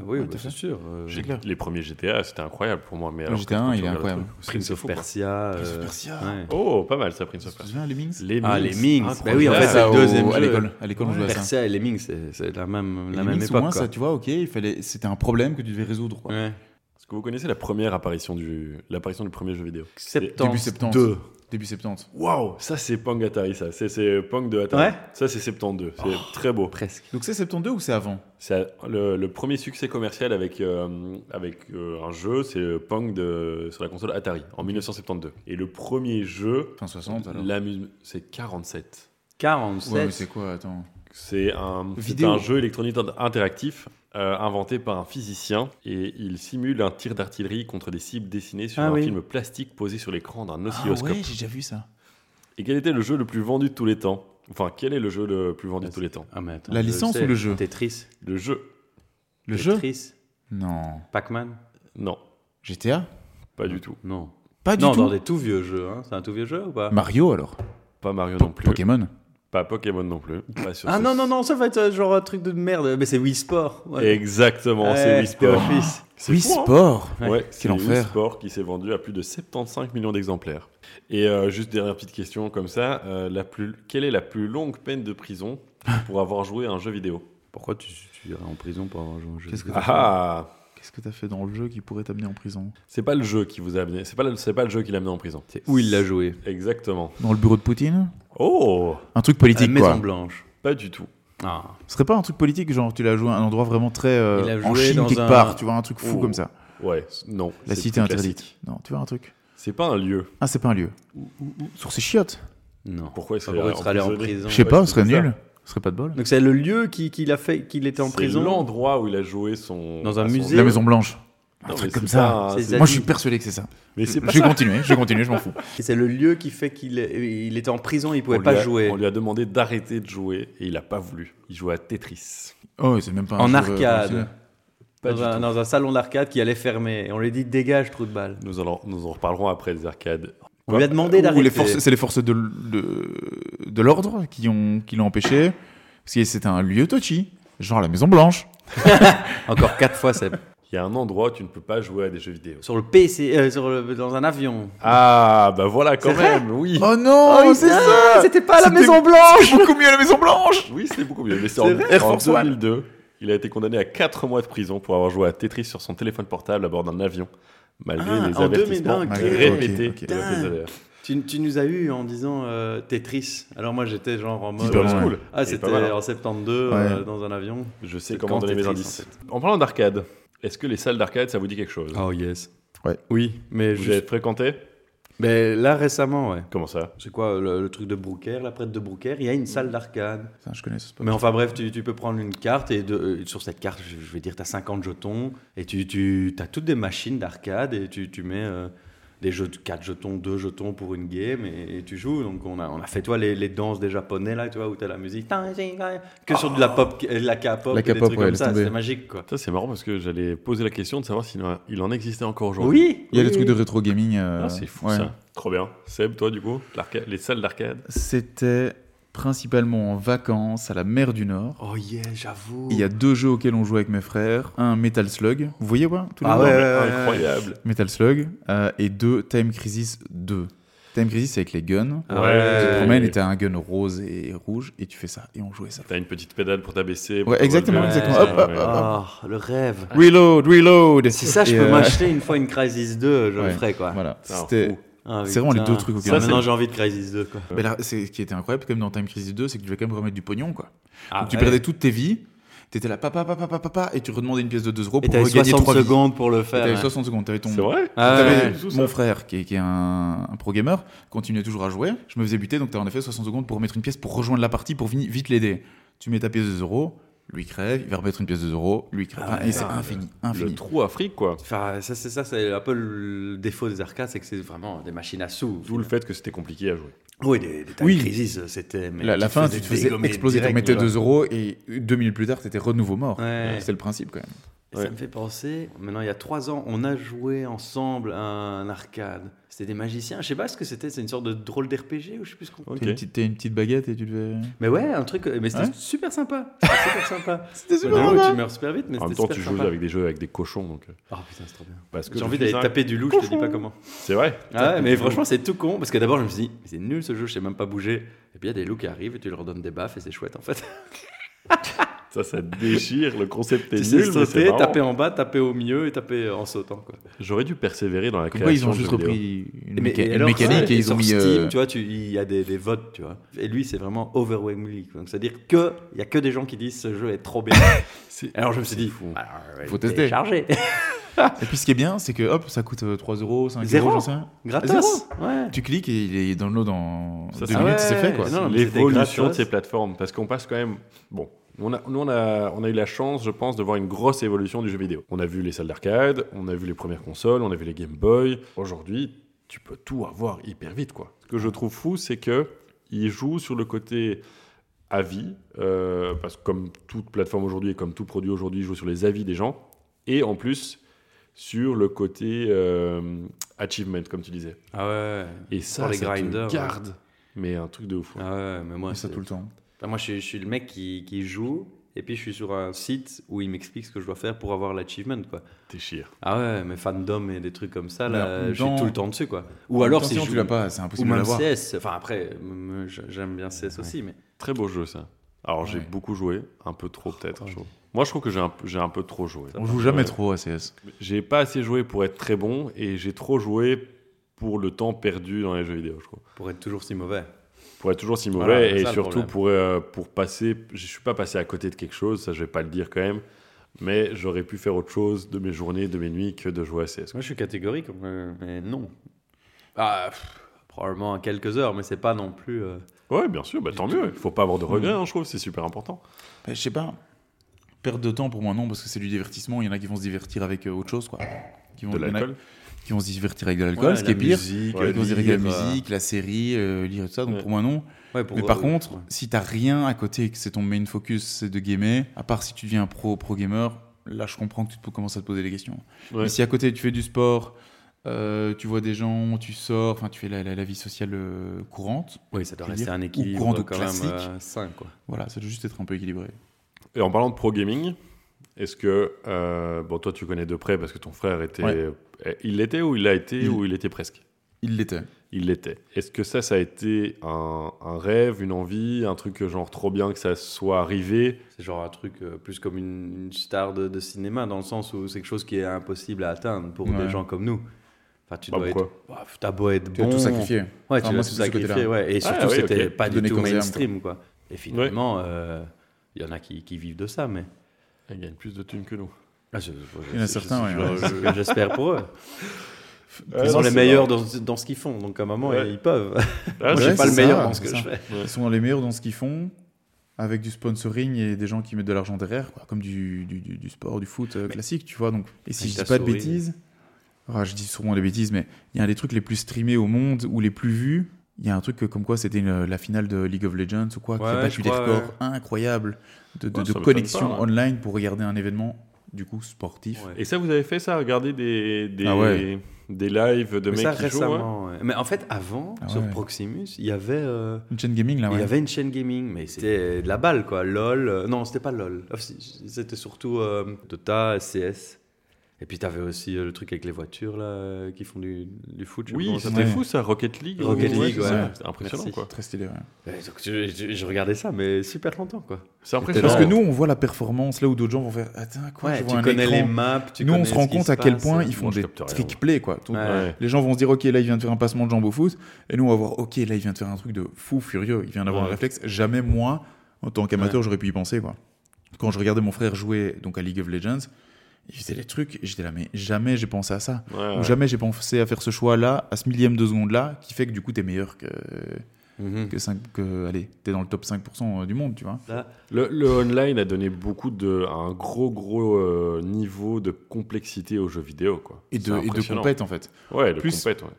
[SPEAKER 1] oui,
[SPEAKER 6] Ouais,
[SPEAKER 1] bah,
[SPEAKER 6] tout à
[SPEAKER 1] c'est
[SPEAKER 6] fait.
[SPEAKER 1] sûr. euh,
[SPEAKER 2] J'ai-
[SPEAKER 6] clair.
[SPEAKER 2] Les premiers GTA, c'était incroyable pour moi. Mais
[SPEAKER 6] Le
[SPEAKER 2] alors
[SPEAKER 6] GTA
[SPEAKER 2] quand- quand
[SPEAKER 6] 1, il
[SPEAKER 2] tu
[SPEAKER 6] est
[SPEAKER 2] regardes le
[SPEAKER 6] incroyable.
[SPEAKER 2] truc, c'est-
[SPEAKER 1] Prince of Persia.
[SPEAKER 6] Prince of
[SPEAKER 1] euh,
[SPEAKER 6] Persia.
[SPEAKER 1] ouais.
[SPEAKER 2] Oh, pas mal ça, Prince
[SPEAKER 6] Tu
[SPEAKER 2] of
[SPEAKER 6] te
[SPEAKER 2] Persia.
[SPEAKER 6] souviens, hein, Lemmings
[SPEAKER 2] Les
[SPEAKER 1] Ah, les
[SPEAKER 2] Minx.
[SPEAKER 1] Lemmings. Bah oui, en
[SPEAKER 2] Incroyable. Ah, oh,
[SPEAKER 1] fait, c'est
[SPEAKER 6] Ça,
[SPEAKER 1] le
[SPEAKER 6] au-
[SPEAKER 1] deuxième
[SPEAKER 6] à
[SPEAKER 1] jeu.
[SPEAKER 6] l'école. À l'école, on jouait à ça.
[SPEAKER 1] Persia et Lemmings, c'est c'est la même,
[SPEAKER 6] Les
[SPEAKER 1] la même
[SPEAKER 6] Minx, au
[SPEAKER 1] époque.
[SPEAKER 6] moins,
[SPEAKER 1] quoi.
[SPEAKER 6] ça, tu vois, ok, il fallait, c'était un problème que tu devais résoudre. Quoi.
[SPEAKER 1] Ouais.
[SPEAKER 2] Est-ce que vous connaissez la première apparition du, l'apparition du premier jeu vidéo
[SPEAKER 6] Début
[SPEAKER 1] 70.
[SPEAKER 6] 70.
[SPEAKER 2] Deux.
[SPEAKER 6] Début 70.
[SPEAKER 2] Waouh, ça c'est Pang Atari, ça. C'est, c'est Pang de Atari.
[SPEAKER 1] Ouais. Oh.
[SPEAKER 2] Ça c'est 72. C'est très beau.
[SPEAKER 1] Presque.
[SPEAKER 6] Donc c'est 72 ou c'est avant
[SPEAKER 2] C'est le, le premier succès commercial avec, euh, avec euh, un jeu, c'est Pang de, sur la console Atari en 1972. Et le premier jeu,
[SPEAKER 6] Fin 60 alors.
[SPEAKER 2] l'amuse- c'est 47.
[SPEAKER 6] Ouais, mais
[SPEAKER 1] 47.
[SPEAKER 6] c'est quoi Attends.
[SPEAKER 2] C'est un, c'est
[SPEAKER 6] Vidéo.
[SPEAKER 2] un jeu électronique int- interactif euh, inventé par un physicien et il simule un tir d'artillerie contre des cibles dessinées sur
[SPEAKER 1] Ah
[SPEAKER 2] un
[SPEAKER 1] oui. Ah
[SPEAKER 2] film plastique posé sur l'écran d'un oscilloscope.
[SPEAKER 6] Ah j'ai déjà vu ça.
[SPEAKER 2] Et quel était le jeu le plus vendu de tous les temps Enfin, quel est le jeu le plus vendu de tous les temps
[SPEAKER 1] Ah, mais attends,
[SPEAKER 6] La
[SPEAKER 1] je
[SPEAKER 6] licence
[SPEAKER 1] sais.
[SPEAKER 6] ou le jeu
[SPEAKER 1] Tetris.
[SPEAKER 2] Le jeu
[SPEAKER 6] Le jeu
[SPEAKER 1] Tetris.
[SPEAKER 6] Non.
[SPEAKER 1] Pac-Man
[SPEAKER 2] Non,
[SPEAKER 6] GTA
[SPEAKER 2] pas
[SPEAKER 1] Mm.
[SPEAKER 2] du tout.
[SPEAKER 1] Non.
[SPEAKER 6] Pas Ah, du
[SPEAKER 1] non,
[SPEAKER 6] tout.
[SPEAKER 1] dans des tout vieux jeux. hein. C'est un tout vieux jeu ou pas
[SPEAKER 6] Mario alors
[SPEAKER 2] Pas Mario non plus.
[SPEAKER 6] Pokémon
[SPEAKER 2] Pas Pokémon non plus. Pas sur
[SPEAKER 1] Ah
[SPEAKER 2] ce-
[SPEAKER 1] non, non, non, ça va être euh, genre un truc de merde. Mais c'est Wii Sport. Ouais.
[SPEAKER 2] Exactement,
[SPEAKER 1] Ouais,
[SPEAKER 2] c'est Wii
[SPEAKER 1] Eh, c'était
[SPEAKER 2] Sport.
[SPEAKER 1] Office.
[SPEAKER 2] C'est
[SPEAKER 6] Oui,
[SPEAKER 2] fou, hein
[SPEAKER 6] Sport
[SPEAKER 2] Ouais, c'est Wii
[SPEAKER 6] enfer.
[SPEAKER 2] Sport qui s'est vendu à plus de 75 millions d'exemplaires. Et euh, juste dernière petite question comme ça, euh, la plus... quelle est la plus longue peine de prison pour avoir joué à un jeu vidéo
[SPEAKER 1] Pourquoi tu, tu irais en prison pour avoir joué à un jeu
[SPEAKER 6] Qu'est-ce que
[SPEAKER 2] Ah
[SPEAKER 1] vidéo
[SPEAKER 2] ah
[SPEAKER 6] Qu'est-ce que t'as fait dans le jeu qui pourrait t'amener en prison
[SPEAKER 2] C'est pas le jeu qui vous a amené, c'est pas, le- c'est pas le jeu qui l'a amené en prison.
[SPEAKER 1] C'est où il l'a joué
[SPEAKER 2] Exactement.
[SPEAKER 6] Dans le bureau de Poutine
[SPEAKER 2] Oh
[SPEAKER 6] Un truc
[SPEAKER 1] À la
[SPEAKER 6] politique
[SPEAKER 1] Maison
[SPEAKER 6] quoi.
[SPEAKER 1] Blanche.
[SPEAKER 2] Pas du tout.
[SPEAKER 1] Ah.
[SPEAKER 6] Ce serait pas un truc politique genre tu l'as joué à un endroit vraiment très euh,
[SPEAKER 1] Il a
[SPEAKER 6] en
[SPEAKER 1] joué
[SPEAKER 6] Chine
[SPEAKER 1] dans
[SPEAKER 6] quelque
[SPEAKER 1] un-
[SPEAKER 6] part, tu vois un truc fou
[SPEAKER 2] Oh.
[SPEAKER 6] comme ça.
[SPEAKER 2] Ouais, c- non.
[SPEAKER 6] La
[SPEAKER 2] c'est
[SPEAKER 6] cité
[SPEAKER 2] plus classique.
[SPEAKER 6] interdite. Non, tu vois un truc
[SPEAKER 2] C'est pas un lieu.
[SPEAKER 6] Ah, c'est pas un lieu. Sur ses chiottes
[SPEAKER 1] Non.
[SPEAKER 2] Pourquoi il serait,
[SPEAKER 1] Pourquoi il serait allé en
[SPEAKER 2] emprisonné
[SPEAKER 1] prison
[SPEAKER 6] Je sais
[SPEAKER 2] ouais,
[SPEAKER 6] pas,
[SPEAKER 2] c'est
[SPEAKER 6] ce serait
[SPEAKER 2] bizarre.
[SPEAKER 6] nul. Ce serait pas de bol.
[SPEAKER 1] Donc c'est le lieu qui, qui l'a fait, qu'il était en
[SPEAKER 2] C'est
[SPEAKER 1] prison.
[SPEAKER 2] L'endroit où il a joué son.
[SPEAKER 1] Dans un
[SPEAKER 2] à son-
[SPEAKER 1] musée.
[SPEAKER 6] La Maison Blanche.
[SPEAKER 2] Non,
[SPEAKER 6] truc
[SPEAKER 2] mais
[SPEAKER 6] comme
[SPEAKER 2] c'est
[SPEAKER 6] ça.
[SPEAKER 2] pas un-
[SPEAKER 1] C'est-
[SPEAKER 2] c'est-
[SPEAKER 6] Moi, je suis persuadé que c'est ça.
[SPEAKER 2] Mais c'est pas
[SPEAKER 6] je vais
[SPEAKER 2] ça.
[SPEAKER 6] continuer, je vais continuer, je m'en fous.
[SPEAKER 1] Et c'est le lieu qui fait qu'il est- il était en prison, il pouvait
[SPEAKER 2] On
[SPEAKER 1] pas
[SPEAKER 2] lui a-
[SPEAKER 1] jouer.
[SPEAKER 2] On lui a demandé d'arrêter de jouer et il a pas voulu. Il jouait à Tetris.
[SPEAKER 6] Oh, c'est même pas un
[SPEAKER 1] En
[SPEAKER 6] jeu, euh,
[SPEAKER 1] arcade.
[SPEAKER 6] professionnel.
[SPEAKER 2] Pas
[SPEAKER 1] dans,
[SPEAKER 2] du
[SPEAKER 1] un,
[SPEAKER 2] tout.
[SPEAKER 1] dans un salon d'arcade qui allait fermer. Et on lui dit dégage trou de balle.
[SPEAKER 2] Nous, allons, nous en reparlerons après les arcades.
[SPEAKER 1] On lui a demandé
[SPEAKER 6] Ou les
[SPEAKER 1] d'arrêter.
[SPEAKER 6] forces, c'est les forces de, l- de, de l'ordre qui ont qui l'ont empêché parce que c'était un lieu touchy, genre la Maison Blanche.
[SPEAKER 1] Encore quatre fois, c'est
[SPEAKER 2] Il y a un endroit où tu ne peux pas jouer à des jeux vidéo.
[SPEAKER 1] sur le PC, euh, sur le- dans un avion.
[SPEAKER 2] Ah, bah voilà quand
[SPEAKER 1] C'est vrai
[SPEAKER 2] même, oui.
[SPEAKER 6] Oh non, c'est ça.
[SPEAKER 1] C'était pas à la
[SPEAKER 6] C'était-
[SPEAKER 1] Maison Blanche.
[SPEAKER 6] Beaucoup mieux à la Maison Blanche.
[SPEAKER 2] Oui, c'est beaucoup mieux. Mais c'est
[SPEAKER 6] C'est
[SPEAKER 2] en,
[SPEAKER 6] vrai Air
[SPEAKER 2] en
[SPEAKER 6] Force One.
[SPEAKER 2] 2002. Il a été condamné à 4 mois de prison pour avoir joué à Tetris sur son téléphone portable à bord d'un avion, malgré
[SPEAKER 1] Ah,
[SPEAKER 2] les
[SPEAKER 1] en
[SPEAKER 2] avertissements
[SPEAKER 1] 2001, ok.
[SPEAKER 2] répétés
[SPEAKER 6] Ok, ok.
[SPEAKER 2] de la PZR.
[SPEAKER 1] Tu, tu nous as eu en disant euh, Tetris. Alors moi j'étais genre en mode.
[SPEAKER 6] Hyper
[SPEAKER 1] euh,
[SPEAKER 6] loin.
[SPEAKER 2] Cool.
[SPEAKER 1] Ah
[SPEAKER 2] C'est pas
[SPEAKER 1] c'était
[SPEAKER 2] mal, hein.
[SPEAKER 1] en 72 euh,
[SPEAKER 6] Ouais.
[SPEAKER 1] dans un avion.
[SPEAKER 2] Je sais
[SPEAKER 1] C'est
[SPEAKER 2] comment
[SPEAKER 1] quand
[SPEAKER 2] donner mes
[SPEAKER 1] Tetris,
[SPEAKER 2] indices. En parlant d'arcade, est-ce que les salles d'arcade, ça vous dit quelque chose
[SPEAKER 6] Ah,
[SPEAKER 1] Oh yes.
[SPEAKER 6] Ouais.
[SPEAKER 1] Oui, mais
[SPEAKER 2] Vous
[SPEAKER 1] juste-
[SPEAKER 2] avez fréquenté
[SPEAKER 1] Mais là récemment ouais.
[SPEAKER 2] Comment ça
[SPEAKER 1] C'est quoi le, le truc de Brooker, la prête de Brooker Il y a une salle d'arcade.
[SPEAKER 6] Putain, je connais ce spot.
[SPEAKER 1] Mais enfin bref, tu, tu peux prendre une carte et de, euh, sur cette carte, je, je vais dire, tu as 50 jetons et tu, tu as toutes des machines d'arcade et tu, tu mets euh, des jeux de 4 jetons, 2 jetons pour une game et, et tu joues. Donc on a, on a fait, toi, les, les danses des japonais là, tu vois, où tu as la musique que sur de la pop, euh, de la K-pop,
[SPEAKER 6] Oh. La
[SPEAKER 1] et des
[SPEAKER 6] K-pop,
[SPEAKER 1] trucs
[SPEAKER 6] ouais,
[SPEAKER 1] comme
[SPEAKER 6] laisse
[SPEAKER 1] ça,
[SPEAKER 6] tomber.
[SPEAKER 1] c'est magique quoi.
[SPEAKER 2] Ça, c'est marrant parce que j'allais poser la question de savoir s'il en- il en existait encore aujourd'hui.
[SPEAKER 1] Oui,
[SPEAKER 6] Il y a
[SPEAKER 1] oui,
[SPEAKER 6] des trucs de
[SPEAKER 1] oui.
[SPEAKER 6] rétro gaming. euh,
[SPEAKER 2] Ah, c'est fou
[SPEAKER 6] ouais.
[SPEAKER 2] ça. Trop bien. Seb, toi, du coup, l'arca- les salles d'arcade
[SPEAKER 6] C'était principalement en vacances à la mer du Nord.
[SPEAKER 1] Oh yeah, j'avoue.
[SPEAKER 6] Il y a deux jeux auxquels on joue avec mes frères. Un Metal Slug, vous voyez quoi tout le
[SPEAKER 1] Ah
[SPEAKER 6] monde
[SPEAKER 1] ouais, ouais, ouais,
[SPEAKER 2] Incroyable.
[SPEAKER 6] Metal Slug euh, et deux Time Crisis 2. Time Crisis c'est avec les guns.
[SPEAKER 1] Ah
[SPEAKER 6] Tu
[SPEAKER 1] ouais.
[SPEAKER 6] te promènes et t'as un gun rose et rouge et tu fais ça et on jouait ça.
[SPEAKER 2] T'as une petite pédale pour t'abaisser. pour
[SPEAKER 6] Ouais,
[SPEAKER 2] te
[SPEAKER 6] exactement,
[SPEAKER 2] relever.
[SPEAKER 6] exactement. Hop, hop,
[SPEAKER 2] Ouais.
[SPEAKER 6] hop.
[SPEAKER 1] Ah, le rêve.
[SPEAKER 6] Reload, reload.
[SPEAKER 1] Si ça, je
[SPEAKER 6] Oh. Et,
[SPEAKER 1] peux
[SPEAKER 6] euh,
[SPEAKER 1] m'acheter une fois une Crisis 2, je
[SPEAKER 6] ouais.
[SPEAKER 1] le ferais quoi.
[SPEAKER 6] Voilà,
[SPEAKER 2] C'est un
[SPEAKER 6] c'était
[SPEAKER 2] fou.
[SPEAKER 1] Ah,
[SPEAKER 6] C'est vraiment les
[SPEAKER 1] putain.
[SPEAKER 6] deux trucs auxquels
[SPEAKER 1] Ça,
[SPEAKER 2] on a-
[SPEAKER 1] maintenant, j'ai envie de Crisis 2 quoi.
[SPEAKER 6] Mais là, c'est ce qui était incroyable comme dans Time Crisis 2, c'est que tu devais quand même remettre du pognon quoi.
[SPEAKER 1] Ah,
[SPEAKER 6] Donc, tu
[SPEAKER 1] ouais.
[SPEAKER 6] perdais toutes tes vies, t'étais là papa papa papa papa et tu redemandais une pièce de 2 euros
[SPEAKER 1] Et
[SPEAKER 6] pour
[SPEAKER 1] t'avais
[SPEAKER 6] regagner
[SPEAKER 1] 60
[SPEAKER 6] 3 vies.
[SPEAKER 1] secondes pour le
[SPEAKER 6] Et
[SPEAKER 1] faire.
[SPEAKER 6] T'avais
[SPEAKER 1] ouais.
[SPEAKER 6] 60 secondes, t'avais ton
[SPEAKER 2] C'est vrai
[SPEAKER 1] Ah
[SPEAKER 6] T'avais
[SPEAKER 1] ouais.
[SPEAKER 2] tout ça.
[SPEAKER 6] mon frère, qui est, qui est un, un pro gamer, continuait toujours à jouer. Je me faisais buter, donc t'as en effet 60 secondes pour remettre une pièce pour rejoindre la partie pour vini- vite l'aider. Tu mets ta pièce de 2 euros, lui crève, il va remettre une pièce de 2 euros, lui crève.
[SPEAKER 1] Ah
[SPEAKER 6] et c'est
[SPEAKER 1] ouais.
[SPEAKER 6] infini,
[SPEAKER 2] Le
[SPEAKER 6] infini.
[SPEAKER 2] trou Afrique, quoi.
[SPEAKER 1] Enfin, ça, c'est ça, c'est un peu le défaut des arcades, c'est que c'est vraiment des machines à sous.
[SPEAKER 2] D'où le fait que c'était compliqué à jouer.
[SPEAKER 1] Oui, des, des
[SPEAKER 6] Oui.
[SPEAKER 1] oui. crisis, c'était. mais
[SPEAKER 6] La,
[SPEAKER 1] tu
[SPEAKER 6] la
[SPEAKER 1] te
[SPEAKER 6] fin, tu te faisais
[SPEAKER 1] dégommer
[SPEAKER 6] exploser, tu
[SPEAKER 1] direct,
[SPEAKER 6] remettais
[SPEAKER 1] quoi.
[SPEAKER 6] 2 euros et deux minutes plus tard, t'étais de nouveau mort.
[SPEAKER 1] Ouais.
[SPEAKER 6] C'est le principe quand même.
[SPEAKER 1] Et Ça
[SPEAKER 2] Ouais.
[SPEAKER 1] me fait penser, maintenant il y a trois ans, on a joué ensemble à un arcade. C'était des magiciens, je sais pas ce que c'était, c'est une sorte de drôle d'RPG ou je sais plus ce qu'on.
[SPEAKER 2] Ok.
[SPEAKER 6] T'as une petite- T'as une, petite baguette et tu devais.
[SPEAKER 1] Mais ouais, un truc, mais c'était
[SPEAKER 6] Ouais.
[SPEAKER 1] super sympa. Super sympa.
[SPEAKER 6] C'était
[SPEAKER 1] Au début, tu meurs super vite, mais
[SPEAKER 2] En
[SPEAKER 1] c'était
[SPEAKER 2] même temps,
[SPEAKER 1] super
[SPEAKER 2] tu joues
[SPEAKER 1] sympa.
[SPEAKER 2] avec des jeux avec des cochons, donc. euh,
[SPEAKER 1] Oh putain, c'est trop bien.
[SPEAKER 2] Parce que
[SPEAKER 1] J'ai
[SPEAKER 2] tu
[SPEAKER 1] envie
[SPEAKER 2] fais
[SPEAKER 1] d'aller
[SPEAKER 2] ça-
[SPEAKER 1] taper du loup, je te dis pas comment.
[SPEAKER 2] C'est vrai.
[SPEAKER 1] Ah ouais, mais franchement, c'est tout con. Parce que d'abord, je me suis dit, mais c'est nul ce jeu, je sais même pas bouger. Et puis il y a des loups qui arrivent et tu leur donnes des baffes et c'est chouette en fait.
[SPEAKER 2] Ça, ça déchire. Le concept
[SPEAKER 1] Tu
[SPEAKER 2] est
[SPEAKER 1] sais
[SPEAKER 2] nul, mais c'est
[SPEAKER 1] sauter,
[SPEAKER 2] marrant.
[SPEAKER 1] taper en bas, taper au milieu et taper en sautant. Quoi.
[SPEAKER 2] J'aurais dû persévérer dans la
[SPEAKER 6] Comme quoi, ils
[SPEAKER 2] création
[SPEAKER 6] ont
[SPEAKER 2] de
[SPEAKER 6] juste
[SPEAKER 2] jeux vidéo.
[SPEAKER 6] repris une,
[SPEAKER 1] Mais-
[SPEAKER 6] méca- une
[SPEAKER 1] alors,
[SPEAKER 6] mécanique
[SPEAKER 1] ouais,
[SPEAKER 6] et ils ont
[SPEAKER 1] sur
[SPEAKER 6] mis.
[SPEAKER 1] Steam,
[SPEAKER 6] euh,
[SPEAKER 1] tu vois, tu- il y a des, des votes, tu vois. Et lui, c'est vraiment overwhelmingly. quoi. Donc c'est-à-dire qu'il y a que des gens qui disent ce jeu est trop bien.
[SPEAKER 2] C'est-
[SPEAKER 1] Alors je me suis dit,
[SPEAKER 2] fou.
[SPEAKER 1] alors, ouais,
[SPEAKER 6] Faut tester.
[SPEAKER 1] Chargé.
[SPEAKER 6] Et puis ce qui est bien, c'est que hop, ça coûte euh, 3 euros, 5
[SPEAKER 1] Zéro.
[SPEAKER 6] euros, j'en sais rien.
[SPEAKER 1] Gratos. Ouais.
[SPEAKER 6] Tu cliques et il est dans l'eau dans
[SPEAKER 2] Ça,
[SPEAKER 6] deux
[SPEAKER 2] c'est-
[SPEAKER 6] minutes,
[SPEAKER 1] Ah
[SPEAKER 6] c'est fait
[SPEAKER 1] ouais,
[SPEAKER 6] quoi.
[SPEAKER 1] c'est Non, mais c'était
[SPEAKER 2] l'évolution de
[SPEAKER 1] gratos.
[SPEAKER 2] ces plateformes. Parce qu'on passe quand même. Bon, on a, nous, on a, on a eu la chance, je pense, de voir une grosse évolution du jeu vidéo. On a vu les salles d'arcade, on a vu les premières consoles, on a vu les Game Boy. Aujourd'hui, tu peux tout avoir hyper vite, quoi. Ce que je trouve fou, c'est que ils jouent sur le côté avis, euh, parce que comme toute plateforme aujourd'hui et comme tout produit aujourd'hui, ils jouent sur les avis des gens, et en plus sur le côté euh, achievement, comme tu disais.
[SPEAKER 1] Ah ouais.
[SPEAKER 2] Et ça,
[SPEAKER 1] Pour les
[SPEAKER 2] ça te
[SPEAKER 1] grinders, ouais.
[SPEAKER 2] garde. Mais un truc de ouf. hein. ouais.
[SPEAKER 1] Ah ouais, mais moi,
[SPEAKER 6] Mais ça
[SPEAKER 1] c'est-
[SPEAKER 6] tout le temps.
[SPEAKER 1] Enfin, moi, je, suis- je suis le mec qui, qui joue, et puis je suis sur un site où il m'explique ce que je dois faire pour avoir l'achievement, quoi.
[SPEAKER 2] T'es chier. hein.
[SPEAKER 1] Ah ouais, mais fandom et des trucs comme ça,
[SPEAKER 6] Mais
[SPEAKER 1] là,
[SPEAKER 6] alors,
[SPEAKER 1] je
[SPEAKER 6] dans-
[SPEAKER 1] suis tout le temps dessus, quoi. Ou alors, si
[SPEAKER 6] Attention,
[SPEAKER 1] je
[SPEAKER 6] tu
[SPEAKER 1] joue-
[SPEAKER 6] l'as pas, c'est
[SPEAKER 1] Ou
[SPEAKER 6] impossible de
[SPEAKER 1] même
[SPEAKER 6] l'avoir.
[SPEAKER 1] CS. Enfin, après, m- m- j'aime bien CS aussi, mais...
[SPEAKER 2] Très beau jeu ça. Alors j'ai
[SPEAKER 6] Ouais.
[SPEAKER 2] beaucoup joué, un peu trop peut-être. je trouve. Moi je trouve que j'ai un, j'ai un peu trop joué.
[SPEAKER 6] On joue jamais
[SPEAKER 2] Ouais.
[SPEAKER 6] trop à CS.
[SPEAKER 2] J'ai pas assez joué pour être très bon et j'ai trop joué pour le temps perdu dans les jeux vidéo, je crois.
[SPEAKER 1] Pour être toujours si mauvais.
[SPEAKER 2] Pour être toujours si mauvais
[SPEAKER 1] Voilà, c'est
[SPEAKER 2] et
[SPEAKER 1] ça le
[SPEAKER 2] surtout
[SPEAKER 1] problème.
[SPEAKER 2] pour, euh, pour passer. Je suis pas passé à côté de quelque chose, ça je vais pas le dire quand même. Mais j'aurais pu faire autre chose de mes journées, de mes nuits que de jouer à CS.
[SPEAKER 1] Moi, je suis catégorique, euh, mais non. Ah, pff, probablement en quelques heures, mais c'est pas non plus. euh,
[SPEAKER 2] Ouais, bien sûr, bah, tant mieux. Il faut pas avoir de regrets, hein, je trouve, c'est super important.
[SPEAKER 1] Bah,
[SPEAKER 6] Ben, je sais pas. Perte de temps pour moi, non, parce que c'est du divertissement. Il y en a qui vont se divertir avec euh, autre chose, quoi. Qui vont,
[SPEAKER 2] De
[SPEAKER 6] il y en a
[SPEAKER 2] l'alcool.
[SPEAKER 6] Qui vont se divertir avec de l'alcool,
[SPEAKER 1] ouais,
[SPEAKER 6] ce qui
[SPEAKER 1] la
[SPEAKER 6] est pire.
[SPEAKER 1] musique,
[SPEAKER 6] Mm. Ouais,
[SPEAKER 1] euh,
[SPEAKER 6] qui vont se divertir avec
[SPEAKER 1] lire,
[SPEAKER 6] la
[SPEAKER 1] euh,
[SPEAKER 6] musique, la série, euh, lire et tout ça. Donc
[SPEAKER 2] Ouais.
[SPEAKER 6] pour moi, non.
[SPEAKER 1] ouais, pour-
[SPEAKER 6] Mais par
[SPEAKER 1] euh,
[SPEAKER 6] contre,
[SPEAKER 1] ouais.
[SPEAKER 6] si t'as rien à côté et que c'est ton main focus, c'est de gamer, à part si tu deviens un pro, pro gamer, là je comprends que tu peux commencer à te poser des questions.
[SPEAKER 2] Ouais.
[SPEAKER 6] Mais si à côté tu fais du sport, euh, tu vois des gens, tu sors, enfin tu fais la, la- la vie sociale euh, courante,
[SPEAKER 1] oui, ça doit
[SPEAKER 6] je veux
[SPEAKER 1] rester
[SPEAKER 6] dire,
[SPEAKER 1] un
[SPEAKER 6] ou
[SPEAKER 1] équilibre
[SPEAKER 6] courant de
[SPEAKER 1] quand même
[SPEAKER 6] classique.
[SPEAKER 1] euh, sain, quoi.
[SPEAKER 6] voilà, ça doit juste être un peu équilibré.
[SPEAKER 2] Et en parlant de pro gaming, est-ce que euh, bon toi tu connais de près parce que ton frère était,
[SPEAKER 6] Ouais.
[SPEAKER 2] euh, il l'était ou il l'a été
[SPEAKER 6] Il-
[SPEAKER 2] ou il était presque.
[SPEAKER 6] Il l'était.
[SPEAKER 2] Il l'était. Est-ce que ça, ça a été un, un rêve, une envie, un truc euh, genre trop bien que ça soit arrivé
[SPEAKER 1] C'est genre un truc euh, plus comme une, une star de, de cinéma, dans le sens où c'est quelque chose qui est impossible à atteindre pour
[SPEAKER 6] Ouais.
[SPEAKER 1] des gens comme nous. Enfin, tu
[SPEAKER 2] Bah,
[SPEAKER 1] dois être.
[SPEAKER 2] pourquoi
[SPEAKER 1] Bah, T'as beau être
[SPEAKER 6] Tu
[SPEAKER 1] bon.
[SPEAKER 6] as tout sacrifié.
[SPEAKER 1] Ouais,
[SPEAKER 6] Enfin,
[SPEAKER 1] tu
[SPEAKER 6] moi,
[SPEAKER 1] l'as
[SPEAKER 6] c'est
[SPEAKER 1] tout
[SPEAKER 6] de ce côté-là.
[SPEAKER 1] sacrifié, ouais. Et
[SPEAKER 2] Ah,
[SPEAKER 1] surtout,
[SPEAKER 2] ouais,
[SPEAKER 1] c'était
[SPEAKER 2] ok.
[SPEAKER 1] pas du
[SPEAKER 6] Donner
[SPEAKER 1] tout
[SPEAKER 6] corps et âme,
[SPEAKER 1] mainstream, quoi. Et finalement, euh, il y en a qui, qui vivent de ça, mais. Ah,
[SPEAKER 2] Elle gagne plus de thunes que nous.
[SPEAKER 6] Ah, Il y en a certains,
[SPEAKER 1] je-
[SPEAKER 6] ouais,
[SPEAKER 1] je- J'espère pour eux.
[SPEAKER 6] Euh,
[SPEAKER 2] Ah,
[SPEAKER 1] ils sont
[SPEAKER 2] non,
[SPEAKER 1] les
[SPEAKER 2] c'est
[SPEAKER 1] meilleurs dans, dans ce qu'ils font, donc à un moment,
[SPEAKER 2] Ouais.
[SPEAKER 1] ils peuvent.
[SPEAKER 2] Ah,
[SPEAKER 1] Moi,
[SPEAKER 2] c'est-
[SPEAKER 1] je
[SPEAKER 6] ouais,
[SPEAKER 1] suis pas le
[SPEAKER 6] c'est
[SPEAKER 1] meilleur
[SPEAKER 6] ça,
[SPEAKER 1] dans ce que
[SPEAKER 6] c'est
[SPEAKER 1] je
[SPEAKER 6] ça.
[SPEAKER 1] fais.
[SPEAKER 6] Ils sont les meilleurs dans ce qu'ils font, avec du sponsoring et des gens qui mettent de l'argent derrière, quoi, comme du, du, du- du sport, du foot euh, classique, tu vois. Donc, et si
[SPEAKER 1] Avec
[SPEAKER 6] je
[SPEAKER 1] ta
[SPEAKER 6] dis pas de
[SPEAKER 1] souris.
[SPEAKER 6] bêtises, ah, je dis souvent des bêtises, mais il y a un des trucs les plus streamés au monde ou les plus vus. Il y a un truc que- comme quoi c'était une- la finale de League of Legends ou quoi, qui
[SPEAKER 1] Ouais,
[SPEAKER 6] a battu
[SPEAKER 1] je
[SPEAKER 6] des
[SPEAKER 1] crois,
[SPEAKER 6] records incroyables de, de,
[SPEAKER 2] Ouais,
[SPEAKER 6] de
[SPEAKER 2] ça m'étonne
[SPEAKER 6] connexion
[SPEAKER 2] pas, hein.
[SPEAKER 6] online pour regarder un événement du coup sportif.
[SPEAKER 1] Ouais.
[SPEAKER 2] Et ça, vous avez fait ça Regarder des, des,
[SPEAKER 6] Ah ouais.
[SPEAKER 2] des lives de
[SPEAKER 1] Mais
[SPEAKER 2] mecs
[SPEAKER 1] ça,
[SPEAKER 2] qui jouent ouais
[SPEAKER 1] récemment. ouais. Mais en fait, avant,
[SPEAKER 6] Ah
[SPEAKER 1] sur
[SPEAKER 6] ouais.
[SPEAKER 1] Proximus, il y avait. euh,
[SPEAKER 6] Une chaîne gaming là,
[SPEAKER 1] Il
[SPEAKER 6] Ah ouais.
[SPEAKER 1] y avait une chaîne gaming, mais c'était de la balle, quoi. LOL. euh, non, c'était pas LOL. Ah, si, C'était surtout euh, Dota, CS. Et puis, t'avais aussi euh, le truc avec les voitures, là, euh, qui font du, du foot. je sais pas
[SPEAKER 2] Oui,
[SPEAKER 1] comment ça
[SPEAKER 2] c'était
[SPEAKER 6] Ouais.
[SPEAKER 2] fou ça, Rocket League.
[SPEAKER 1] Rocket
[SPEAKER 2] ou-
[SPEAKER 1] League,
[SPEAKER 2] c'est
[SPEAKER 1] ouais.
[SPEAKER 2] ça, C'est impressionnant
[SPEAKER 1] Merci.
[SPEAKER 2] quoi.
[SPEAKER 6] Très stylé. ouais.
[SPEAKER 1] s'appelle. Donc, je, je- je regardais ça, mais super longtemps, quoi.
[SPEAKER 2] C'est
[SPEAKER 1] T'es
[SPEAKER 6] Parce
[SPEAKER 2] impressionnant.
[SPEAKER 1] là,
[SPEAKER 6] que
[SPEAKER 1] ouais.
[SPEAKER 6] nous, on voit la performance là où d'autres gens vont faire Attends, quoi, je
[SPEAKER 1] tu
[SPEAKER 6] vois un
[SPEAKER 1] connais les
[SPEAKER 6] écran.
[SPEAKER 1] maps, tu
[SPEAKER 6] Nous, on
[SPEAKER 1] connais
[SPEAKER 6] se
[SPEAKER 1] ce
[SPEAKER 6] rend
[SPEAKER 1] qui
[SPEAKER 6] compte
[SPEAKER 1] se
[SPEAKER 6] à quel
[SPEAKER 1] passe.
[SPEAKER 6] point ils font
[SPEAKER 2] euh, Moi, je
[SPEAKER 6] des
[SPEAKER 2] capte rien,
[SPEAKER 6] trick plays. Quoi. Tout-
[SPEAKER 1] Ouais.
[SPEAKER 2] Ouais.
[SPEAKER 6] Les gens vont se dire, OK, là, il vient de faire un passement de jambe au foot. Et nous, on va voir, OK, là, il vient de faire un truc de fou furieux. Il vient d'avoir
[SPEAKER 2] Ouais.
[SPEAKER 6] un réflexe. Jamais moi, en tant qu'amateur, j'aurais pu y penser. Quoi. Quand je regardais mon frère jouer donc, à League of Legends, il faisait des trucs. et J'étais là, mais jamais j'ai pensé à ça.
[SPEAKER 2] Ouais,
[SPEAKER 6] Ou
[SPEAKER 2] ouais.
[SPEAKER 6] jamais j'ai pensé à faire ce choix-là, à ce millième de seconde-là, qui fait que du coup, t'es meilleur que,
[SPEAKER 1] Mhm.
[SPEAKER 6] que 5. Que, allez, t'es dans le top 5% euh, du monde, tu vois.
[SPEAKER 2] Le, le online a donné beaucoup de un gros gros euh, niveau de complexité aux jeux vidéo quoi.
[SPEAKER 6] Et
[SPEAKER 2] C'est
[SPEAKER 6] de, et de
[SPEAKER 2] impressionnant.
[SPEAKER 6] compète, en fait.
[SPEAKER 2] Ouais, de
[SPEAKER 6] Plus-
[SPEAKER 2] compète. ouais.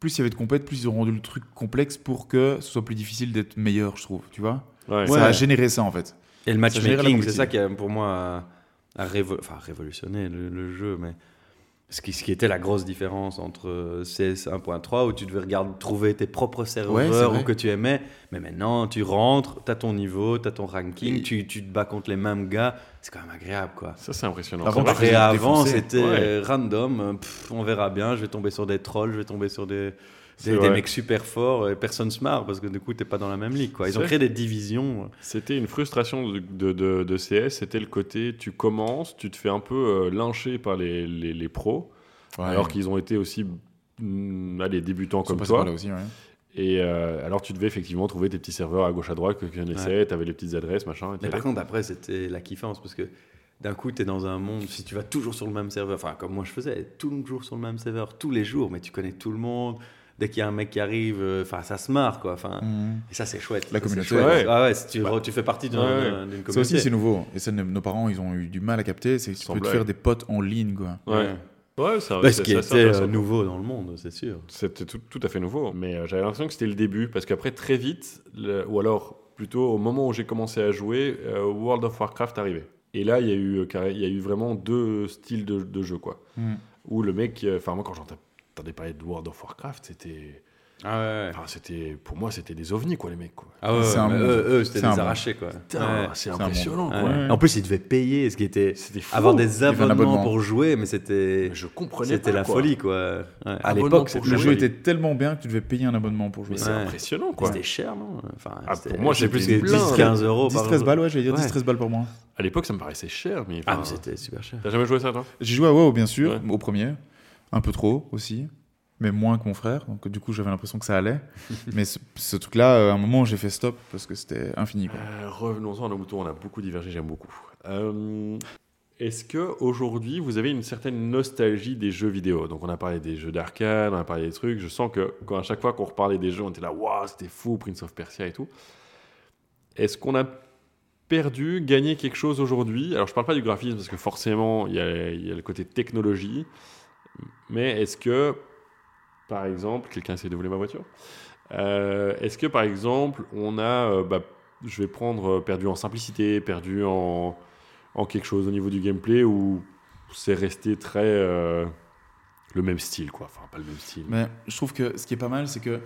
[SPEAKER 6] plus il y avait de compète, plus ils ont rendu le truc complexe pour que ce soit plus difficile d'être meilleur, je trouve, tu vois.
[SPEAKER 2] Ouais.
[SPEAKER 6] Ça a généré ça en fait.
[SPEAKER 1] Et le
[SPEAKER 6] génère la
[SPEAKER 1] matchmaking, c'est
[SPEAKER 6] compétition.
[SPEAKER 1] ça qui a pour moi a, a révo- enfin, révolutionné le, le jeu, mais ce qui, ce qui était la grosse différence entre euh, CS 1.3 où tu devais regarder, trouver tes propres
[SPEAKER 6] Ouais, c'est
[SPEAKER 1] serveurs
[SPEAKER 6] vrai.
[SPEAKER 1] ou que tu aimais, mais maintenant tu rentres, t'as ton niveau, t'as ton ranking,
[SPEAKER 6] Et-
[SPEAKER 1] tu, tu te bats contre les mêmes gars, c'est quand même agréable quoi.
[SPEAKER 2] Ça c'est impressionnant.
[SPEAKER 6] Avant, tu
[SPEAKER 2] Ça va.
[SPEAKER 1] Et
[SPEAKER 6] faisais-
[SPEAKER 1] avant
[SPEAKER 6] défoncer.
[SPEAKER 1] c'était
[SPEAKER 2] Ouais.
[SPEAKER 1] euh, random, euh, pff, on verra bien, je vais tomber sur des trolls, je vais tomber sur des,
[SPEAKER 2] C'est
[SPEAKER 1] des, des
[SPEAKER 2] vrai.
[SPEAKER 1] mecs super forts et personne se marre parce que du coup t'es pas dans la même ligue quoi. Ils ont
[SPEAKER 2] C'est-
[SPEAKER 1] créé des divisions.
[SPEAKER 2] C'était une frustration de, de- de- de CS, c'était le côté tu commences, tu te fais un peu euh, lyncher par les, les- les pros, alors qu'ils ont été aussi mm, allez, débutants comme toi.
[SPEAKER 6] là aussi, ouais.
[SPEAKER 2] Et euh, alors tu devais effectivement trouver tes petits serveurs à gauche à droite, que tu connaissais, t'avais les petites adresses, machin. et
[SPEAKER 1] Mais
[SPEAKER 2] t'allais-
[SPEAKER 1] par contre, après, c'était la kiffance parce que d'un coup, tu es dans un monde, si tu vas toujours sur le même serveur, enfin, comme moi je faisais, toujours sur le même serveur, tous les jours, mais tu connais tout le monde. Dès qu'il y a un mec qui arrive, euh, enfin, ça se marre, quoi. Enfin,
[SPEAKER 6] Mhm.
[SPEAKER 1] Et ça, c'est chouette.
[SPEAKER 6] La
[SPEAKER 1] Ça, c'est
[SPEAKER 6] communauté,
[SPEAKER 2] ouais.
[SPEAKER 1] chouette. Ah ouais, si tu, re- tu fais partie d'un-
[SPEAKER 2] Ouais, ouais.
[SPEAKER 1] d'un- d'une communauté.
[SPEAKER 6] Ça aussi c'est nouveau. Et ça, nos nos parents, ils ont eu du mal à capter. C'est que tu
[SPEAKER 2] Sans
[SPEAKER 6] peux te
[SPEAKER 2] blague.
[SPEAKER 6] faire des potes en ligne, quoi.
[SPEAKER 2] Ouais, ouais ça,
[SPEAKER 1] Bah, ce
[SPEAKER 2] c'est-
[SPEAKER 1] qui
[SPEAKER 2] ça,
[SPEAKER 1] était
[SPEAKER 2] c'est intéressant.
[SPEAKER 1] euh, nouveau dans le monde, c'est sûr.
[SPEAKER 2] C'était tout, tout à fait nouveau, mais euh, j'avais l'impression que c'était le début, parce qu'après, très vite, le- ou alors plutôt au moment où j'ai commencé à jouer, euh, World of Warcraft arrivait. Et là, il y, a eu, euh, carré- il y a eu vraiment deux styles de, de jeu, quoi.
[SPEAKER 6] Mm.
[SPEAKER 2] Où le mec, euh, enfin, moi, quand j'entendais parler de World of Warcraft, c'était.
[SPEAKER 1] Ah ouais.
[SPEAKER 2] enfin, c'était pour moi, c'était des ovnis, quoi, les mecs, quoi.
[SPEAKER 1] Ah ouais,
[SPEAKER 6] C'est un
[SPEAKER 1] mais
[SPEAKER 6] monde.
[SPEAKER 1] eux, eux, c'était
[SPEAKER 6] C'est un
[SPEAKER 1] des
[SPEAKER 6] monde.
[SPEAKER 1] arrachés, quoi.
[SPEAKER 2] Putain,
[SPEAKER 1] Ouais.
[SPEAKER 2] c'est
[SPEAKER 6] un monde.
[SPEAKER 2] impressionnant,
[SPEAKER 1] Ouais.
[SPEAKER 2] quoi.
[SPEAKER 6] Ouais.
[SPEAKER 1] En plus, ils devaient payer, ce qui était.
[SPEAKER 2] C'était fou.
[SPEAKER 1] Avoir des
[SPEAKER 6] avait un
[SPEAKER 1] abonnements
[SPEAKER 6] abonnement.
[SPEAKER 1] pour jouer, mais c'était.
[SPEAKER 2] Mais je comprenais
[SPEAKER 1] C'était
[SPEAKER 2] pas,
[SPEAKER 1] la
[SPEAKER 2] quoi.
[SPEAKER 1] folie, quoi. Ouais. À
[SPEAKER 2] Abonnement
[SPEAKER 1] l'époque,
[SPEAKER 2] pour
[SPEAKER 1] c'était
[SPEAKER 6] Le
[SPEAKER 1] la
[SPEAKER 2] jouer.
[SPEAKER 6] jeu
[SPEAKER 1] folie.
[SPEAKER 6] était tellement bien que tu devais payer un abonnement pour jouer.
[SPEAKER 2] Mais c'est
[SPEAKER 1] Ouais.
[SPEAKER 2] impressionnant, quoi.
[SPEAKER 1] C'était cher, non enfin,
[SPEAKER 2] Ah,
[SPEAKER 1] c'était-
[SPEAKER 2] pour moi,
[SPEAKER 1] je sais
[SPEAKER 2] c'était
[SPEAKER 1] plus, c'était
[SPEAKER 2] plein,
[SPEAKER 1] 10-15 euros. par
[SPEAKER 6] 10-13
[SPEAKER 1] jour.
[SPEAKER 6] balles, ouais, j'allais dire
[SPEAKER 1] Ouais.
[SPEAKER 6] 10-13 balles pour moi.
[SPEAKER 2] À l'époque, ça me paraissait cher, mais.
[SPEAKER 1] Ah,
[SPEAKER 2] enfin,
[SPEAKER 1] mais c'était super cher.
[SPEAKER 2] T'as jamais joué à ça, toi
[SPEAKER 6] J'ai joué à WoW, bien sûr,
[SPEAKER 2] Ouais.
[SPEAKER 6] au premier. Un peu trop aussi, mais moins que mon frère. Donc, du coup, j'avais l'impression que ça allait. mais ce, ce truc-là, euh, à un moment, j'ai fait stop parce que c'était infini. Quoi.
[SPEAKER 2] Euh, Revenons-en à nos moutons, on a beaucoup divergé, j'aime beaucoup. Euh, Est-ce que aujourd'hui vous avez une certaine nostalgie des jeux vidéo Donc on a parlé des jeux d'arcade, on a parlé des trucs. Je sens que quand à chaque fois qu'on reparlait des jeux, on était là, waouh, c'était fou, Prince of Persia et tout. Est-ce qu'on a perdu, gagné quelque chose aujourd'hui Alors je parle pas du graphisme parce que forcément il y, a- il y a le côté technologie, mais est-ce que par exemple, quelqu'un essaie de voler ma voiture Euh, Est-ce que par exemple on a, euh, bah, je vais prendre euh, perdu en simplicité, perdu en en quelque chose au niveau du gameplay où c'est resté très euh, le même style quoi enfin pas le même style
[SPEAKER 6] Mais je trouve que ce qui est pas mal, c'est que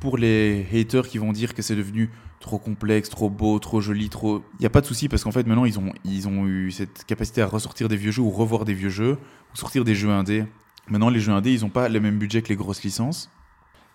[SPEAKER 6] pour les haters qui vont dire que c'est devenu trop complexe, trop beau, trop joli, trop. Il n'y a pas de souci parce qu'en fait, maintenant, ils ont, ils ont eu cette capacité à ressortir des vieux jeux ou revoir des vieux jeux ou sortir des jeux indés. Maintenant, les jeux indés, ils n'ont pas le même budget que les grosses licences.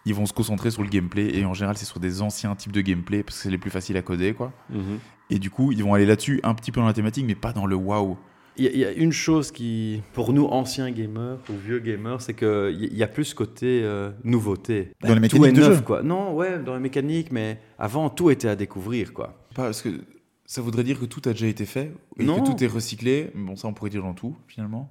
[SPEAKER 6] Ils vont se concentrer sur le gameplay et en général, c'est sur des anciens types de gameplay parce que c'est les plus faciles à coder, quoi.
[SPEAKER 2] Mhm.
[SPEAKER 6] Et du coup, ils vont aller là-dessus un petit peu dans la thématique, mais pas dans le waouh.
[SPEAKER 1] Il y, a- il y a une chose qui, pour nous anciens gamers ou vieux gamers, c'est qu'il y, y a plus ce côté euh, nouveauté. Bah,
[SPEAKER 7] Dans les
[SPEAKER 1] tout est
[SPEAKER 7] mécaniques de
[SPEAKER 1] neuf,
[SPEAKER 7] jeu.
[SPEAKER 1] quoi. Non, ouais, dans les mécaniques, mais avant, tout était à découvrir, quoi.
[SPEAKER 6] Pas parce que ça voudrait dire que tout a déjà été fait et
[SPEAKER 1] Non.
[SPEAKER 6] que tout est recyclé. Mais Bon, ça, on pourrait dire dans tout finalement.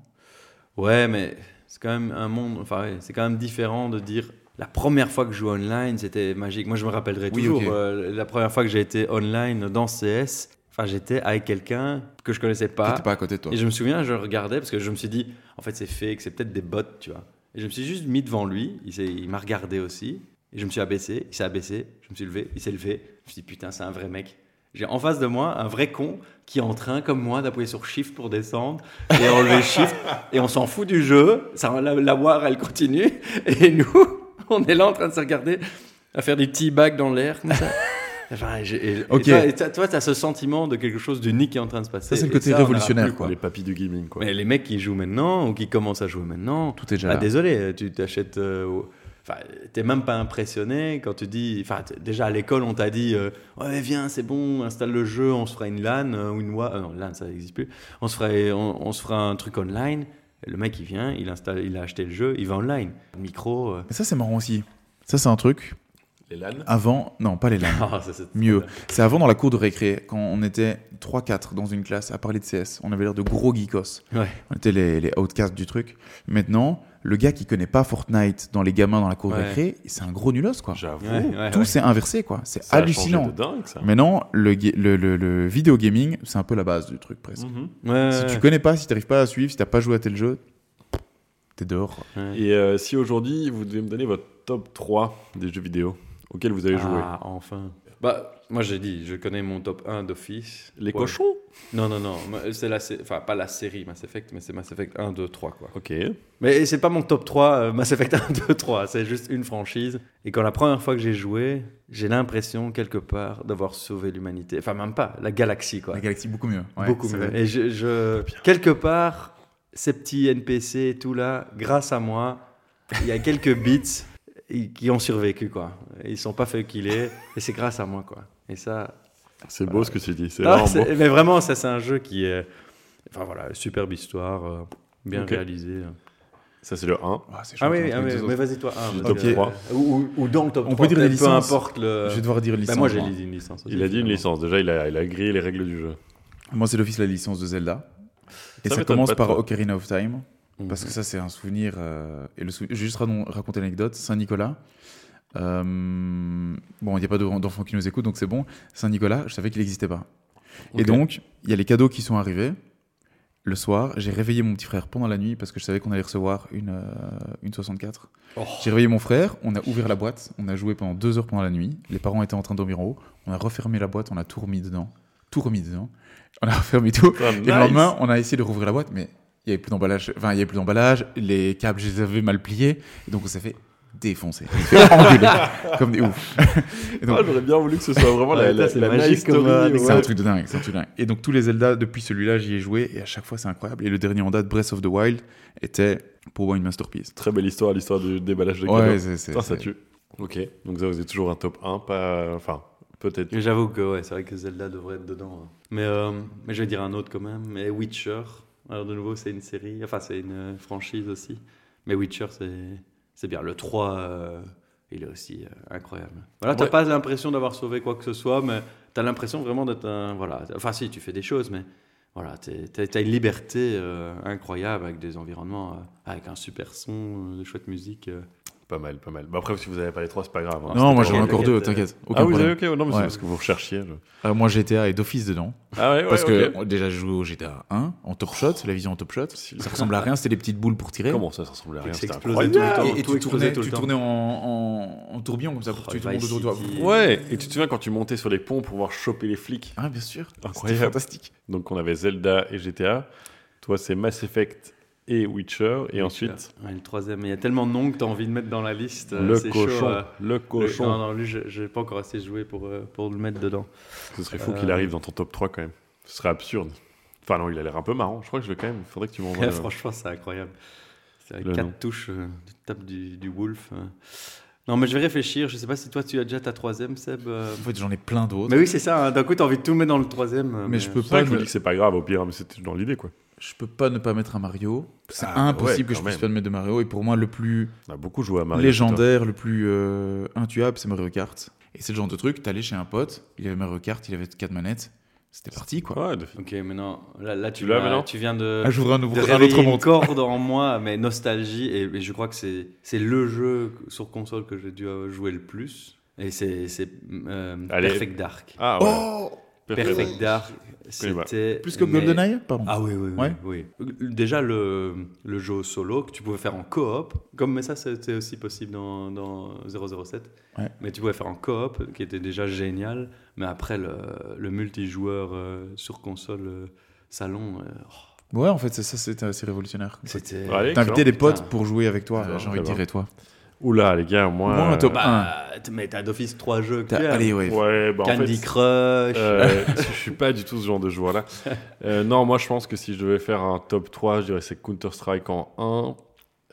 [SPEAKER 1] Ouais, mais c'est quand même un monde. Enfin, ouais, c'est quand même différent de dire la première fois que je joue online, c'était magique. Moi, je me rappellerai
[SPEAKER 6] Oui,
[SPEAKER 1] toujours
[SPEAKER 6] ok.
[SPEAKER 1] euh, la première fois que j'ai été online dans CS. Enfin, j'étais avec quelqu'un que je connaissais pas.
[SPEAKER 6] T'étais pas à côté de toi.
[SPEAKER 1] Et je me souviens, je regardais parce que je me suis dit, en fait, c'est fake, c'est peut-être des bots, tu vois. Et je me suis juste mis devant lui. Il, s'est- il m'a regardé aussi. Et je me suis abaissé. Il s'est abaissé. Je me suis levé. Il s'est levé. Je me suis dit, putain, c'est un vrai mec. J'ai en face de moi un vrai con qui est en train, comme moi, d'appuyer sur Shift pour descendre et enlever Shift. Et on s'en fout du jeu. Ça, la, la war, elle continue. Et nous, on est là en train de se regarder à faire des petits bags dans l'air, comme ça. Enfin, j'ai- et, et
[SPEAKER 7] Ok.
[SPEAKER 1] toi- et toi- toi, t'as ce sentiment de quelque chose d'unique qui est en train de se passer.
[SPEAKER 7] Ça, c'est le
[SPEAKER 1] Et
[SPEAKER 7] côté
[SPEAKER 1] on en a
[SPEAKER 7] révolutionnaire,
[SPEAKER 1] plus,
[SPEAKER 7] quoi.
[SPEAKER 2] les papis du gaming quoi
[SPEAKER 1] mais les mecs qui jouent maintenant ou qui commencent à jouer maintenant,
[SPEAKER 6] Tout est déjà
[SPEAKER 1] ah,
[SPEAKER 6] là.
[SPEAKER 1] désolé, tu t'achètes. euh, au- Enfin, t'es même pas impressionné quand tu dis. Enfin, t- déjà à l'école, on t'a dit euh, Ouais, viens, c'est bon, installe le jeu, on se fera une LAN euh, ou une WA. euh, non, LAN, ça n'existe plus. On se, fera, on, on se fera un truc online. Et le mec, il vient, il, installe, il a acheté le jeu, il va online. Micro. euh,
[SPEAKER 6] Mais ça, c'est marrant aussi. Ça, c'est un truc.
[SPEAKER 2] les LAN
[SPEAKER 6] Avant, non, pas les lames.
[SPEAKER 1] ah, ça, c'est-
[SPEAKER 6] Mieux. C'est avant dans la cour de récré, quand on était 3-4 dans une classe à parler de CS. On avait l'air de gros geekos.
[SPEAKER 1] Ouais.
[SPEAKER 6] On était les, les outcasts du truc. Maintenant, le gars qui connaît pas Fortnite dans les gamins dans la cour de
[SPEAKER 1] Ouais.
[SPEAKER 6] récré, c'est un gros nulos, quoi.
[SPEAKER 2] j'avoue
[SPEAKER 1] Ouais, ouais,
[SPEAKER 6] Tout
[SPEAKER 1] ouais.
[SPEAKER 6] s'est inversé, quoi. C'est
[SPEAKER 2] ça a changé de
[SPEAKER 6] hallucinant.
[SPEAKER 2] dingue ça
[SPEAKER 6] Maintenant, le, ga- le, le, le vidéo gaming, c'est un peu la base du truc, presque.
[SPEAKER 2] Mhm.
[SPEAKER 1] Ouais,
[SPEAKER 6] Si tu
[SPEAKER 1] ouais,
[SPEAKER 6] connais pas, si t'arrives pas à suivre, si t'as pas joué à tel jeu, t'es dehors.
[SPEAKER 1] ouais.
[SPEAKER 2] et euh, si aujourd'hui vous devez me donner votre top 3 des jeux vidéo auxquels vous avez joué
[SPEAKER 1] Ah, enfin. Bah, moi j'ai dit, je connais mon top 1 d'office.
[SPEAKER 2] les
[SPEAKER 1] Ouais.
[SPEAKER 2] cochons
[SPEAKER 1] Non, non, non. ma- euh, C'est la, sé- enfin, pas la série Mass Effect, mais c'est Mass Effect 1, 2, 3, quoi.
[SPEAKER 2] ok
[SPEAKER 1] Mais c'est pas mon top 3 euh, Mass Effect 1, 2, 3. C'est juste une franchise. Et quand la première fois que j'ai joué, j'ai l'impression, quelque part, d'avoir sauvé l'humanité. Enfin, même pas, la galaxie, quoi.
[SPEAKER 6] La galaxie, beaucoup mieux. Ouais,
[SPEAKER 1] Beaucoup
[SPEAKER 6] c'est
[SPEAKER 1] mieux.
[SPEAKER 6] vrai.
[SPEAKER 1] Et je, je- quelque part, ces petits NPC et tout là, grâce à moi, il y a quelques bits i- qui ont survécu, quoi. Ils sont pas fait qu'il est, et c'est grâce à moi, quoi. Et ça,
[SPEAKER 2] c'est beau ce que tu dis Bah, c'est
[SPEAKER 1] Ah,
[SPEAKER 2] vraiment
[SPEAKER 1] c'est-
[SPEAKER 2] beau
[SPEAKER 1] mais vraiment, ça, c'est un jeu qui est. Enfin voilà, superbe histoire, euh, bien
[SPEAKER 2] Ok.
[SPEAKER 1] réalisée.
[SPEAKER 2] ça c'est le 1
[SPEAKER 6] Ah, c'est
[SPEAKER 1] Ah
[SPEAKER 6] chouette,
[SPEAKER 1] oui,
[SPEAKER 6] un truc de
[SPEAKER 1] mais
[SPEAKER 6] autres.
[SPEAKER 1] vas-y, toi. ah, Un,
[SPEAKER 2] Le
[SPEAKER 1] parce
[SPEAKER 2] top
[SPEAKER 1] que-
[SPEAKER 2] trois.
[SPEAKER 1] Ou, ou- ou dans le top
[SPEAKER 6] On
[SPEAKER 1] 3,
[SPEAKER 6] peut dire les
[SPEAKER 1] peut-être,
[SPEAKER 6] licences.
[SPEAKER 1] Peu importe le.
[SPEAKER 6] Je vais devoir dire
[SPEAKER 1] Bah,
[SPEAKER 6] licence.
[SPEAKER 1] moi, j'ai une licence. aussi,
[SPEAKER 2] il a dit une
[SPEAKER 1] finalement.
[SPEAKER 2] licence déjà il a, il a grillé les règles du jeu
[SPEAKER 6] Moi, c'est d'office la licence de Zelda. Et
[SPEAKER 2] Ça
[SPEAKER 6] ça,
[SPEAKER 2] m'étonne pas
[SPEAKER 6] commence
[SPEAKER 2] de
[SPEAKER 6] par
[SPEAKER 2] toi.
[SPEAKER 6] Ocarina of Time, parce
[SPEAKER 1] Mhm.
[SPEAKER 6] que ça, c'est un souvenir. euh, et le sou- Je vais juste ranon- raconter l'anecdote. Saint-Nicolas. euh, Bon, il n'y a pas d'en- d'enfants qui nous écoutent, donc c'est bon. Saint-Nicolas, je savais qu'il n'existait pas. Et
[SPEAKER 1] Ok.
[SPEAKER 6] donc, il y a les cadeaux qui sont arrivés. Le soir, j'ai réveillé mon petit frère pendant la nuit parce que je savais qu'on allait recevoir une, euh, une 64.
[SPEAKER 1] Oh.
[SPEAKER 6] J'ai réveillé mon frère, on a ouvert la boîte, on a joué pendant deux heures pendant la nuit. Les parents étaient en train de dormir en haut. On a refermé la boîte, on a tout remis dedans. Tout remis dedans. On a refermé tout.
[SPEAKER 2] Ah,
[SPEAKER 6] Et
[SPEAKER 2] nice.
[SPEAKER 6] le lendemain, on a essayé de rouvrir la boîte, mais il n'y avait plus d'emballage. Enfin, il n'y avait plus d'emballage. Les câbles, je les avais mal pliés. Et donc, on s'est fait défoncer. On s'est fait engueuler. comme des ouf. Et donc,
[SPEAKER 2] Ah, j'aurais bien voulu que ce soit vraiment la,
[SPEAKER 1] Ouais,
[SPEAKER 2] la,
[SPEAKER 1] ça, c'est
[SPEAKER 2] la
[SPEAKER 1] magique
[SPEAKER 2] nice story,
[SPEAKER 1] comme, euh,
[SPEAKER 2] ouais.
[SPEAKER 6] c'est un truc de dingue, c'est un truc de dingue. Et donc tous les Zelda depuis celui-là, j'y ai joué et à chaque fois c'est incroyable. Et le dernier en date, Breath of the Wild, était pour moi une masterpiece. euh,
[SPEAKER 2] Très belle histoire, l'histoire du déballage de cadeaux.
[SPEAKER 6] Ouais, c'est c'est-
[SPEAKER 2] Putain, ça
[SPEAKER 6] c'est-
[SPEAKER 2] tue. Ok, donc ça vous êtes toujours un top 1, pas. Enfin, peut-être.
[SPEAKER 1] Mais J'avoue que ouais, c'est vrai que Zelda devrait être dedans. hein. Mais, euh, mais je vais dire un autre quand même. Mais Witcher. Alors de nouveau, c'est une série. Enfin, c'est une euh, franchise aussi. Mais Witcher, c'est c'est bien. Le 3, euh, il est aussi euh, incroyable. Voilà, t'as
[SPEAKER 2] Ouais.
[SPEAKER 1] pas l'impression d'avoir sauvé quoi que ce soit, mais t'as l'impression vraiment d'être un. Voilà. Enfin, si, tu fais des choses, mais Voilà, t'es- t'as t'as une liberté euh, incroyable avec des environnements, euh, avec un super son, euh, de chouette musique. euh.
[SPEAKER 2] Pas mal, pas mal. Bah, après, si vous avez pas les trois, c'est pas grave. hein.
[SPEAKER 1] Ah,
[SPEAKER 6] Non, moi j'en
[SPEAKER 1] c'était
[SPEAKER 6] ai
[SPEAKER 1] pas-
[SPEAKER 6] encore
[SPEAKER 1] t'inquiète,
[SPEAKER 6] deux,
[SPEAKER 1] euh,
[SPEAKER 6] t'inquiète. Aucun
[SPEAKER 2] Ah, vous
[SPEAKER 6] problème.
[SPEAKER 2] avez, ok, non, mais c'est
[SPEAKER 6] Ouais.
[SPEAKER 2] parce que vous recherchiez. je-
[SPEAKER 6] Alors, moi GTA est d'office dedans.
[SPEAKER 2] Ah, ouais, ouais,
[SPEAKER 6] Parce que
[SPEAKER 2] ok.
[SPEAKER 6] on- déjà, je jouais au GTA 1 en top shot, la vision en top shot.
[SPEAKER 2] Si.
[SPEAKER 6] Ça ressemble à rien, c'était les petites boules pour tirer.
[SPEAKER 2] Comment ça, ça ressemblait à rien
[SPEAKER 1] C'est
[SPEAKER 2] C'était
[SPEAKER 1] explosé
[SPEAKER 2] incroyable.
[SPEAKER 1] tout le temps,
[SPEAKER 6] Ah, Et, et
[SPEAKER 1] tout
[SPEAKER 6] tu tournais,
[SPEAKER 1] explosait tout le
[SPEAKER 6] tu
[SPEAKER 1] temps.
[SPEAKER 6] tournais en, en- en tourbillon comme ça pour
[SPEAKER 1] Oh,
[SPEAKER 6] tuer tout le
[SPEAKER 1] Vice
[SPEAKER 6] monde autour de toi.
[SPEAKER 1] City.
[SPEAKER 2] Ouais, et tu te souviens quand tu montais sur les ponts pour pouvoir choper les flics
[SPEAKER 6] Ah, bien sûr.
[SPEAKER 2] Incroyable.
[SPEAKER 6] C'était fantastique.
[SPEAKER 2] Donc, on avait Zelda et GTA. Toi, c'est Mass Effect et Witcher. Et ensuite,
[SPEAKER 1] Ouais, le troisième, il y a tellement de noms que t'as envie de mettre dans la liste. euh,
[SPEAKER 2] le
[SPEAKER 1] c'est chaud, euh,
[SPEAKER 2] cochon. Le
[SPEAKER 1] le-
[SPEAKER 2] cochon.
[SPEAKER 1] Non, non, lui, je- j'ai pas encore assez joué pour, euh, pour le mettre dedans.
[SPEAKER 2] Ce serait fou
[SPEAKER 1] Euh,
[SPEAKER 2] qu'il arrive dans ton top 3 quand même. Ce serait absurde. Enfin, non, il a l'air un peu marrant. Je crois que je vais quand même. Il faudrait que tu m'envoies.
[SPEAKER 1] Ouais,
[SPEAKER 2] le-
[SPEAKER 1] Eh, Franchement, c'est incroyable. C'est avec
[SPEAKER 2] Le
[SPEAKER 1] quatre
[SPEAKER 2] nom.
[SPEAKER 1] touches, euh, tu tapes du, du Wolf. euh. Non, mais je vais réfléchir. Je sais pas si toi, tu as déjà ta troisième, Seb. euh.
[SPEAKER 6] En fait, j'en ai plein d'autres.
[SPEAKER 1] Mais oui, c'est ça. hein, D'un coup, t'as envie de tout mettre dans le troisième. euh,
[SPEAKER 6] Mais je peux
[SPEAKER 2] C'est vrai
[SPEAKER 6] pas.
[SPEAKER 2] que je me
[SPEAKER 6] ne-
[SPEAKER 2] dis que c'est pas grave au pire, hein, mais c'était dans l'idée quoi.
[SPEAKER 6] Je peux pas ne pas mettre un Mario. C'est
[SPEAKER 2] Ah, ouais,
[SPEAKER 6] impossible que je
[SPEAKER 2] quand
[SPEAKER 6] puisse
[SPEAKER 2] même. Bah,
[SPEAKER 6] pas ne mettre de Mario. Et pour moi, le plus
[SPEAKER 2] On a beaucoup joué à Mario.
[SPEAKER 6] légendaire, le plus euh, intuable, c'est Mario Kart. Et c'est le genre de truc, t'allais chez un pote, il avait Mario Kart, il avait quatre manettes, c'était parti
[SPEAKER 2] putain.
[SPEAKER 6] quoi.
[SPEAKER 2] hein. Ouais, de-
[SPEAKER 1] Ok, maintenant, là, là, tu,
[SPEAKER 2] Tu l'as,
[SPEAKER 1] m'as-
[SPEAKER 2] maintenant
[SPEAKER 1] tu viens de,
[SPEAKER 6] Ah, j'ouvre un
[SPEAKER 1] de
[SPEAKER 6] nouveau un
[SPEAKER 1] réveiller
[SPEAKER 6] autre
[SPEAKER 1] une
[SPEAKER 6] monde.
[SPEAKER 1] corde en moi, mais nostalgie. Et, et je crois que c'est c'est le jeu sur console que j'ai dû euh, jouer le plus. Et c'est c'est, euh,
[SPEAKER 2] Allez.
[SPEAKER 1] Perfect Dark.
[SPEAKER 2] Ah ouais.
[SPEAKER 6] Oh
[SPEAKER 2] Perfect.
[SPEAKER 1] Perfect Dark,
[SPEAKER 2] connais pas.
[SPEAKER 1] c'était...
[SPEAKER 6] Plus que
[SPEAKER 1] mais-
[SPEAKER 6] GoldenEye Pardon.
[SPEAKER 1] Ah oui, oui, oui.
[SPEAKER 6] Ouais.
[SPEAKER 1] oui. Déjà, le, le jeu solo que tu pouvais faire en coop, comme mais ça, c'était aussi possible dans, dans 007,
[SPEAKER 6] Ouais.
[SPEAKER 1] mais tu pouvais faire en coop, qui était déjà génial, mais après, le, le multijoueur euh, sur console euh, salon, euh, oh,
[SPEAKER 6] Ouais, en fait, c'est ça, c'était assez révolutionnaire.
[SPEAKER 1] c'était...
[SPEAKER 2] Ouais, allez, excellent.
[SPEAKER 6] T'invitais des potes
[SPEAKER 1] Putain.
[SPEAKER 6] pour jouer avec toi,
[SPEAKER 2] Alors,
[SPEAKER 6] j'ai envie de
[SPEAKER 2] ça
[SPEAKER 6] dire,
[SPEAKER 2] va.
[SPEAKER 6] et toi
[SPEAKER 2] Oula les gars, moi.
[SPEAKER 6] Moi, un top
[SPEAKER 2] euh,
[SPEAKER 1] Bah, t- mais t'as d'office trois jeux que
[SPEAKER 6] T'as-
[SPEAKER 1] tu aimes.
[SPEAKER 6] Allez, ouais.
[SPEAKER 2] Ouais, bah en fait,
[SPEAKER 1] Candy Crush,
[SPEAKER 2] euh, je suis pas du tout ce genre de joueur là. non, moi je pense que si je devais faire un top 3, je dirais c'est Counter-Strike en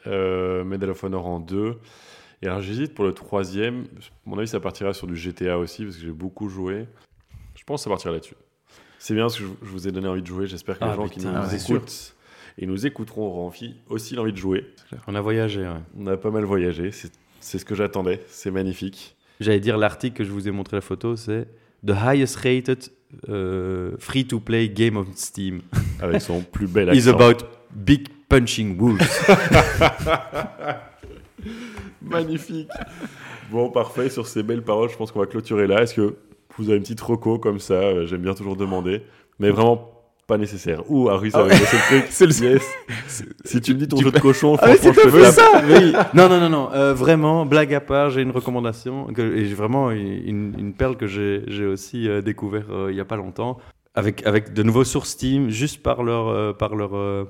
[SPEAKER 2] 1, euh, Medal of Honor en 2. Et alors j'hésite pour le troisième. À mon avis, ça partira sur du GTA aussi parce que j'ai beaucoup joué. Je pense que ça partira là-dessus. C'est bien parce que je, je vous ai donné envie de jouer. J'espère que
[SPEAKER 1] Ah,
[SPEAKER 2] les gens
[SPEAKER 1] putain,
[SPEAKER 6] ouais,
[SPEAKER 2] qui
[SPEAKER 6] c'est
[SPEAKER 2] nous écoutent et nous écouteront auront envie- aussi l'envie de jouer.
[SPEAKER 1] on a voyagé, ouais.
[SPEAKER 2] On a pas mal voyagé, c'est c'est ce que j'attendais, c'est magnifique.
[SPEAKER 1] J'allais dire l'article que je vous ai montré la photo, c'est The highest rated euh, free-to-play game on Steam
[SPEAKER 2] Avec son plus bel accent.
[SPEAKER 1] is about big punching wolves.
[SPEAKER 2] Magnifique. bon, parfait. Sur ces belles paroles, je pense qu'on va clôturer là. Est-ce que vous avez une petite reco comme ça Euh, J'aime bien toujours demander, mais vraiment pas nécessaire. Ouh, Harry, ça
[SPEAKER 6] Ah
[SPEAKER 2] avait laissé le truc.
[SPEAKER 6] C'est le seul.
[SPEAKER 2] Yes. Si tu me dis ton
[SPEAKER 6] tu
[SPEAKER 2] jeu de
[SPEAKER 6] peux-
[SPEAKER 2] cochon,
[SPEAKER 6] Ah, mais
[SPEAKER 2] franchement,
[SPEAKER 6] c'est
[SPEAKER 2] je
[SPEAKER 6] pas
[SPEAKER 2] te tape.
[SPEAKER 1] ça Oui. Non, non, non, non. euh, vraiment, blague à part, j'ai une recommandation que, et j'ai vraiment une, une perle que j'ai j'ai aussi euh, découvert euh, il n'y a pas longtemps avec avec de nouveaux sur Steam juste par leur euh, par leur euh,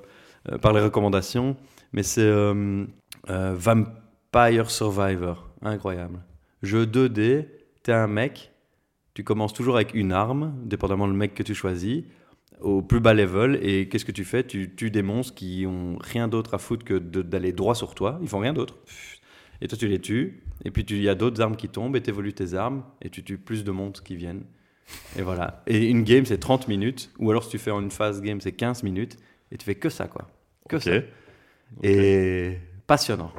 [SPEAKER 1] euh, par les recommandations. Mais c'est euh, euh, Vampire Survivor, incroyable. Jeu 2D, t'es un mec, tu commences toujours avec une arme, dépendamment le mec que tu choisis, au plus bas level, et qu'est-ce que tu fais tu, tu des monstres qui ont rien d'autre à foutre que de- d'aller droit sur toi, ils font rien d'autre. Et toi tu les tues, et puis tu- il y a d'autres armes qui tombent, et t'évolues tes armes, et tu tues plus de monstres qui viennent. Et voilà. Et une game c'est 30 minutes, ou alors si tu fais en une phase game c'est 15 minutes, et tu fais que ça quoi. Que
[SPEAKER 2] Ok.
[SPEAKER 1] ça. Et passionnant.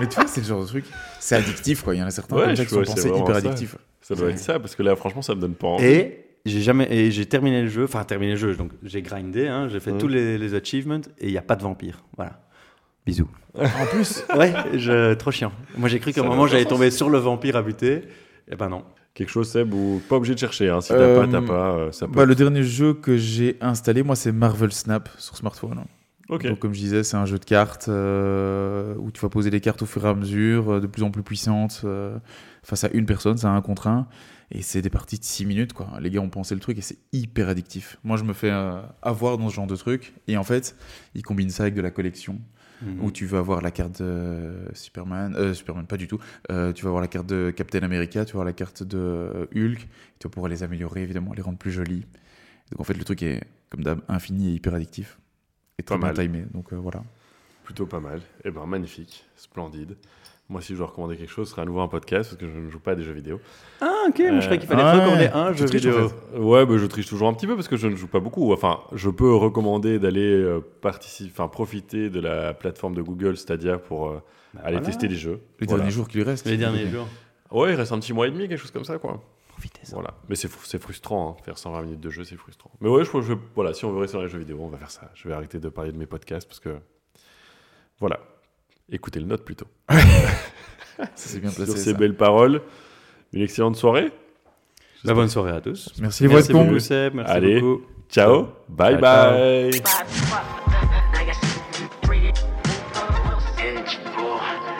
[SPEAKER 6] Mais tu vois, c'est le genre de truc, c'est addictif quoi. Il y en a certains
[SPEAKER 2] Ouais,
[SPEAKER 6] comme
[SPEAKER 2] je
[SPEAKER 6] ça qui
[SPEAKER 2] vois,
[SPEAKER 6] sont
[SPEAKER 2] c'est
[SPEAKER 6] pensés
[SPEAKER 2] vraiment
[SPEAKER 6] hyper
[SPEAKER 2] ça.
[SPEAKER 6] addictifs.
[SPEAKER 2] Ça doit être ça parce que là, franchement, ça me donne pas envie.
[SPEAKER 1] Et j'ai jamais et j'ai terminé le jeu, enfin terminé le jeu, donc j'ai grindé, hein, j'ai fait
[SPEAKER 6] Mm.
[SPEAKER 2] Ouais.
[SPEAKER 1] tous les, les achievements et il n'y a pas de vampire. Voilà. Bisous.
[SPEAKER 6] En plus,
[SPEAKER 1] Ouais, je, trop chiant. Moi j'ai cru qu'à un
[SPEAKER 2] Ça
[SPEAKER 1] moment
[SPEAKER 2] n'a
[SPEAKER 1] j'allais
[SPEAKER 2] pas de
[SPEAKER 1] tomber sur le vampire à buter. Et ben non.
[SPEAKER 2] Quelque chose, Seb, ou pas obligé de chercher. hein. Si t'as
[SPEAKER 6] Euh,
[SPEAKER 2] pas, t'as pas. euh, ça peut.
[SPEAKER 6] bah, le dernier jeu que j'ai installé, moi, c'est Marvel Snap sur smartphone. hein.
[SPEAKER 2] ok.
[SPEAKER 6] Donc, comme je disais, c'est un jeu de cartes euh, où tu vas poser des cartes au fur et à mesure, euh, de plus en plus puissantes, euh, face à une personne, c'est un contre un. Et c'est des parties de 6 minutes, quoi. Les gars ont pensé le truc et c'est hyper addictif. Moi, je me fais euh, avoir dans ce genre de truc. Et en fait, ils combinent ça avec de la collection où
[SPEAKER 2] Mm.
[SPEAKER 6] tu vas avoir la carte de Superman, euh, Superman pas du tout, Euh, tu vas avoir la carte de Captain America, tu vas avoir la carte de euh, Hulk, tu vas pouvoir les améliorer évidemment, les rendre plus jolies. Donc en fait le truc est comme d'hab infini et hyper addictif. Et très
[SPEAKER 2] Pas
[SPEAKER 6] bien
[SPEAKER 2] mal.
[SPEAKER 6] timé, donc euh, voilà.
[SPEAKER 2] Plutôt pas mal. Eh ben, magnifique. Splendide. Moi, si je dois recommander quelque chose, ce serait à nouveau un podcast parce que je ne joue pas à des jeux vidéo.
[SPEAKER 1] Ah ok, moi je croyais qu'il fallait
[SPEAKER 6] Euh,
[SPEAKER 1] recommander
[SPEAKER 6] ouais,
[SPEAKER 1] un
[SPEAKER 6] tu
[SPEAKER 1] jeu
[SPEAKER 6] triches, en
[SPEAKER 1] vidéo.
[SPEAKER 6] fait.
[SPEAKER 2] Ouais, bah, je triche toujours un petit peu parce que je ne joue pas beaucoup. Enfin, je peux recommander d'aller euh, participer, enfin profiter de la plateforme de Google Stadia pour euh, aller
[SPEAKER 1] Bah, voilà.
[SPEAKER 2] tester des jeux.
[SPEAKER 6] Les
[SPEAKER 2] Voilà.
[SPEAKER 6] derniers jours qui lui restent.
[SPEAKER 1] Les derniers jours.
[SPEAKER 2] Ouais, il reste un petit mois et demi, quelque chose comme ça, quoi.
[SPEAKER 7] Profitez-en.
[SPEAKER 2] Voilà. Mais c'est fr- c'est frustrant, hein. faire 120 minutes de jeu, c'est frustrant. Mais ouais, je, crois que je- voilà, si on veut rester dans les jeux vidéo, on va faire ça. Je vais arrêter de parler de mes podcasts parce que. Voilà. Écoutez le note plutôt.
[SPEAKER 6] Ça s'est bien
[SPEAKER 2] Sur
[SPEAKER 6] placé.
[SPEAKER 2] ces
[SPEAKER 6] Bah, ça.
[SPEAKER 2] belles paroles, une excellente soirée.
[SPEAKER 1] La Bah, bonne soirée à tous.
[SPEAKER 6] Merci,
[SPEAKER 1] Merci
[SPEAKER 6] Voitcom.
[SPEAKER 1] beaucoup, Seb. Merci
[SPEAKER 2] Allez.
[SPEAKER 1] beaucoup.
[SPEAKER 2] Ciao, bye
[SPEAKER 1] Ciao,
[SPEAKER 2] bye.
[SPEAKER 8] five, four, I got three, four, six, four.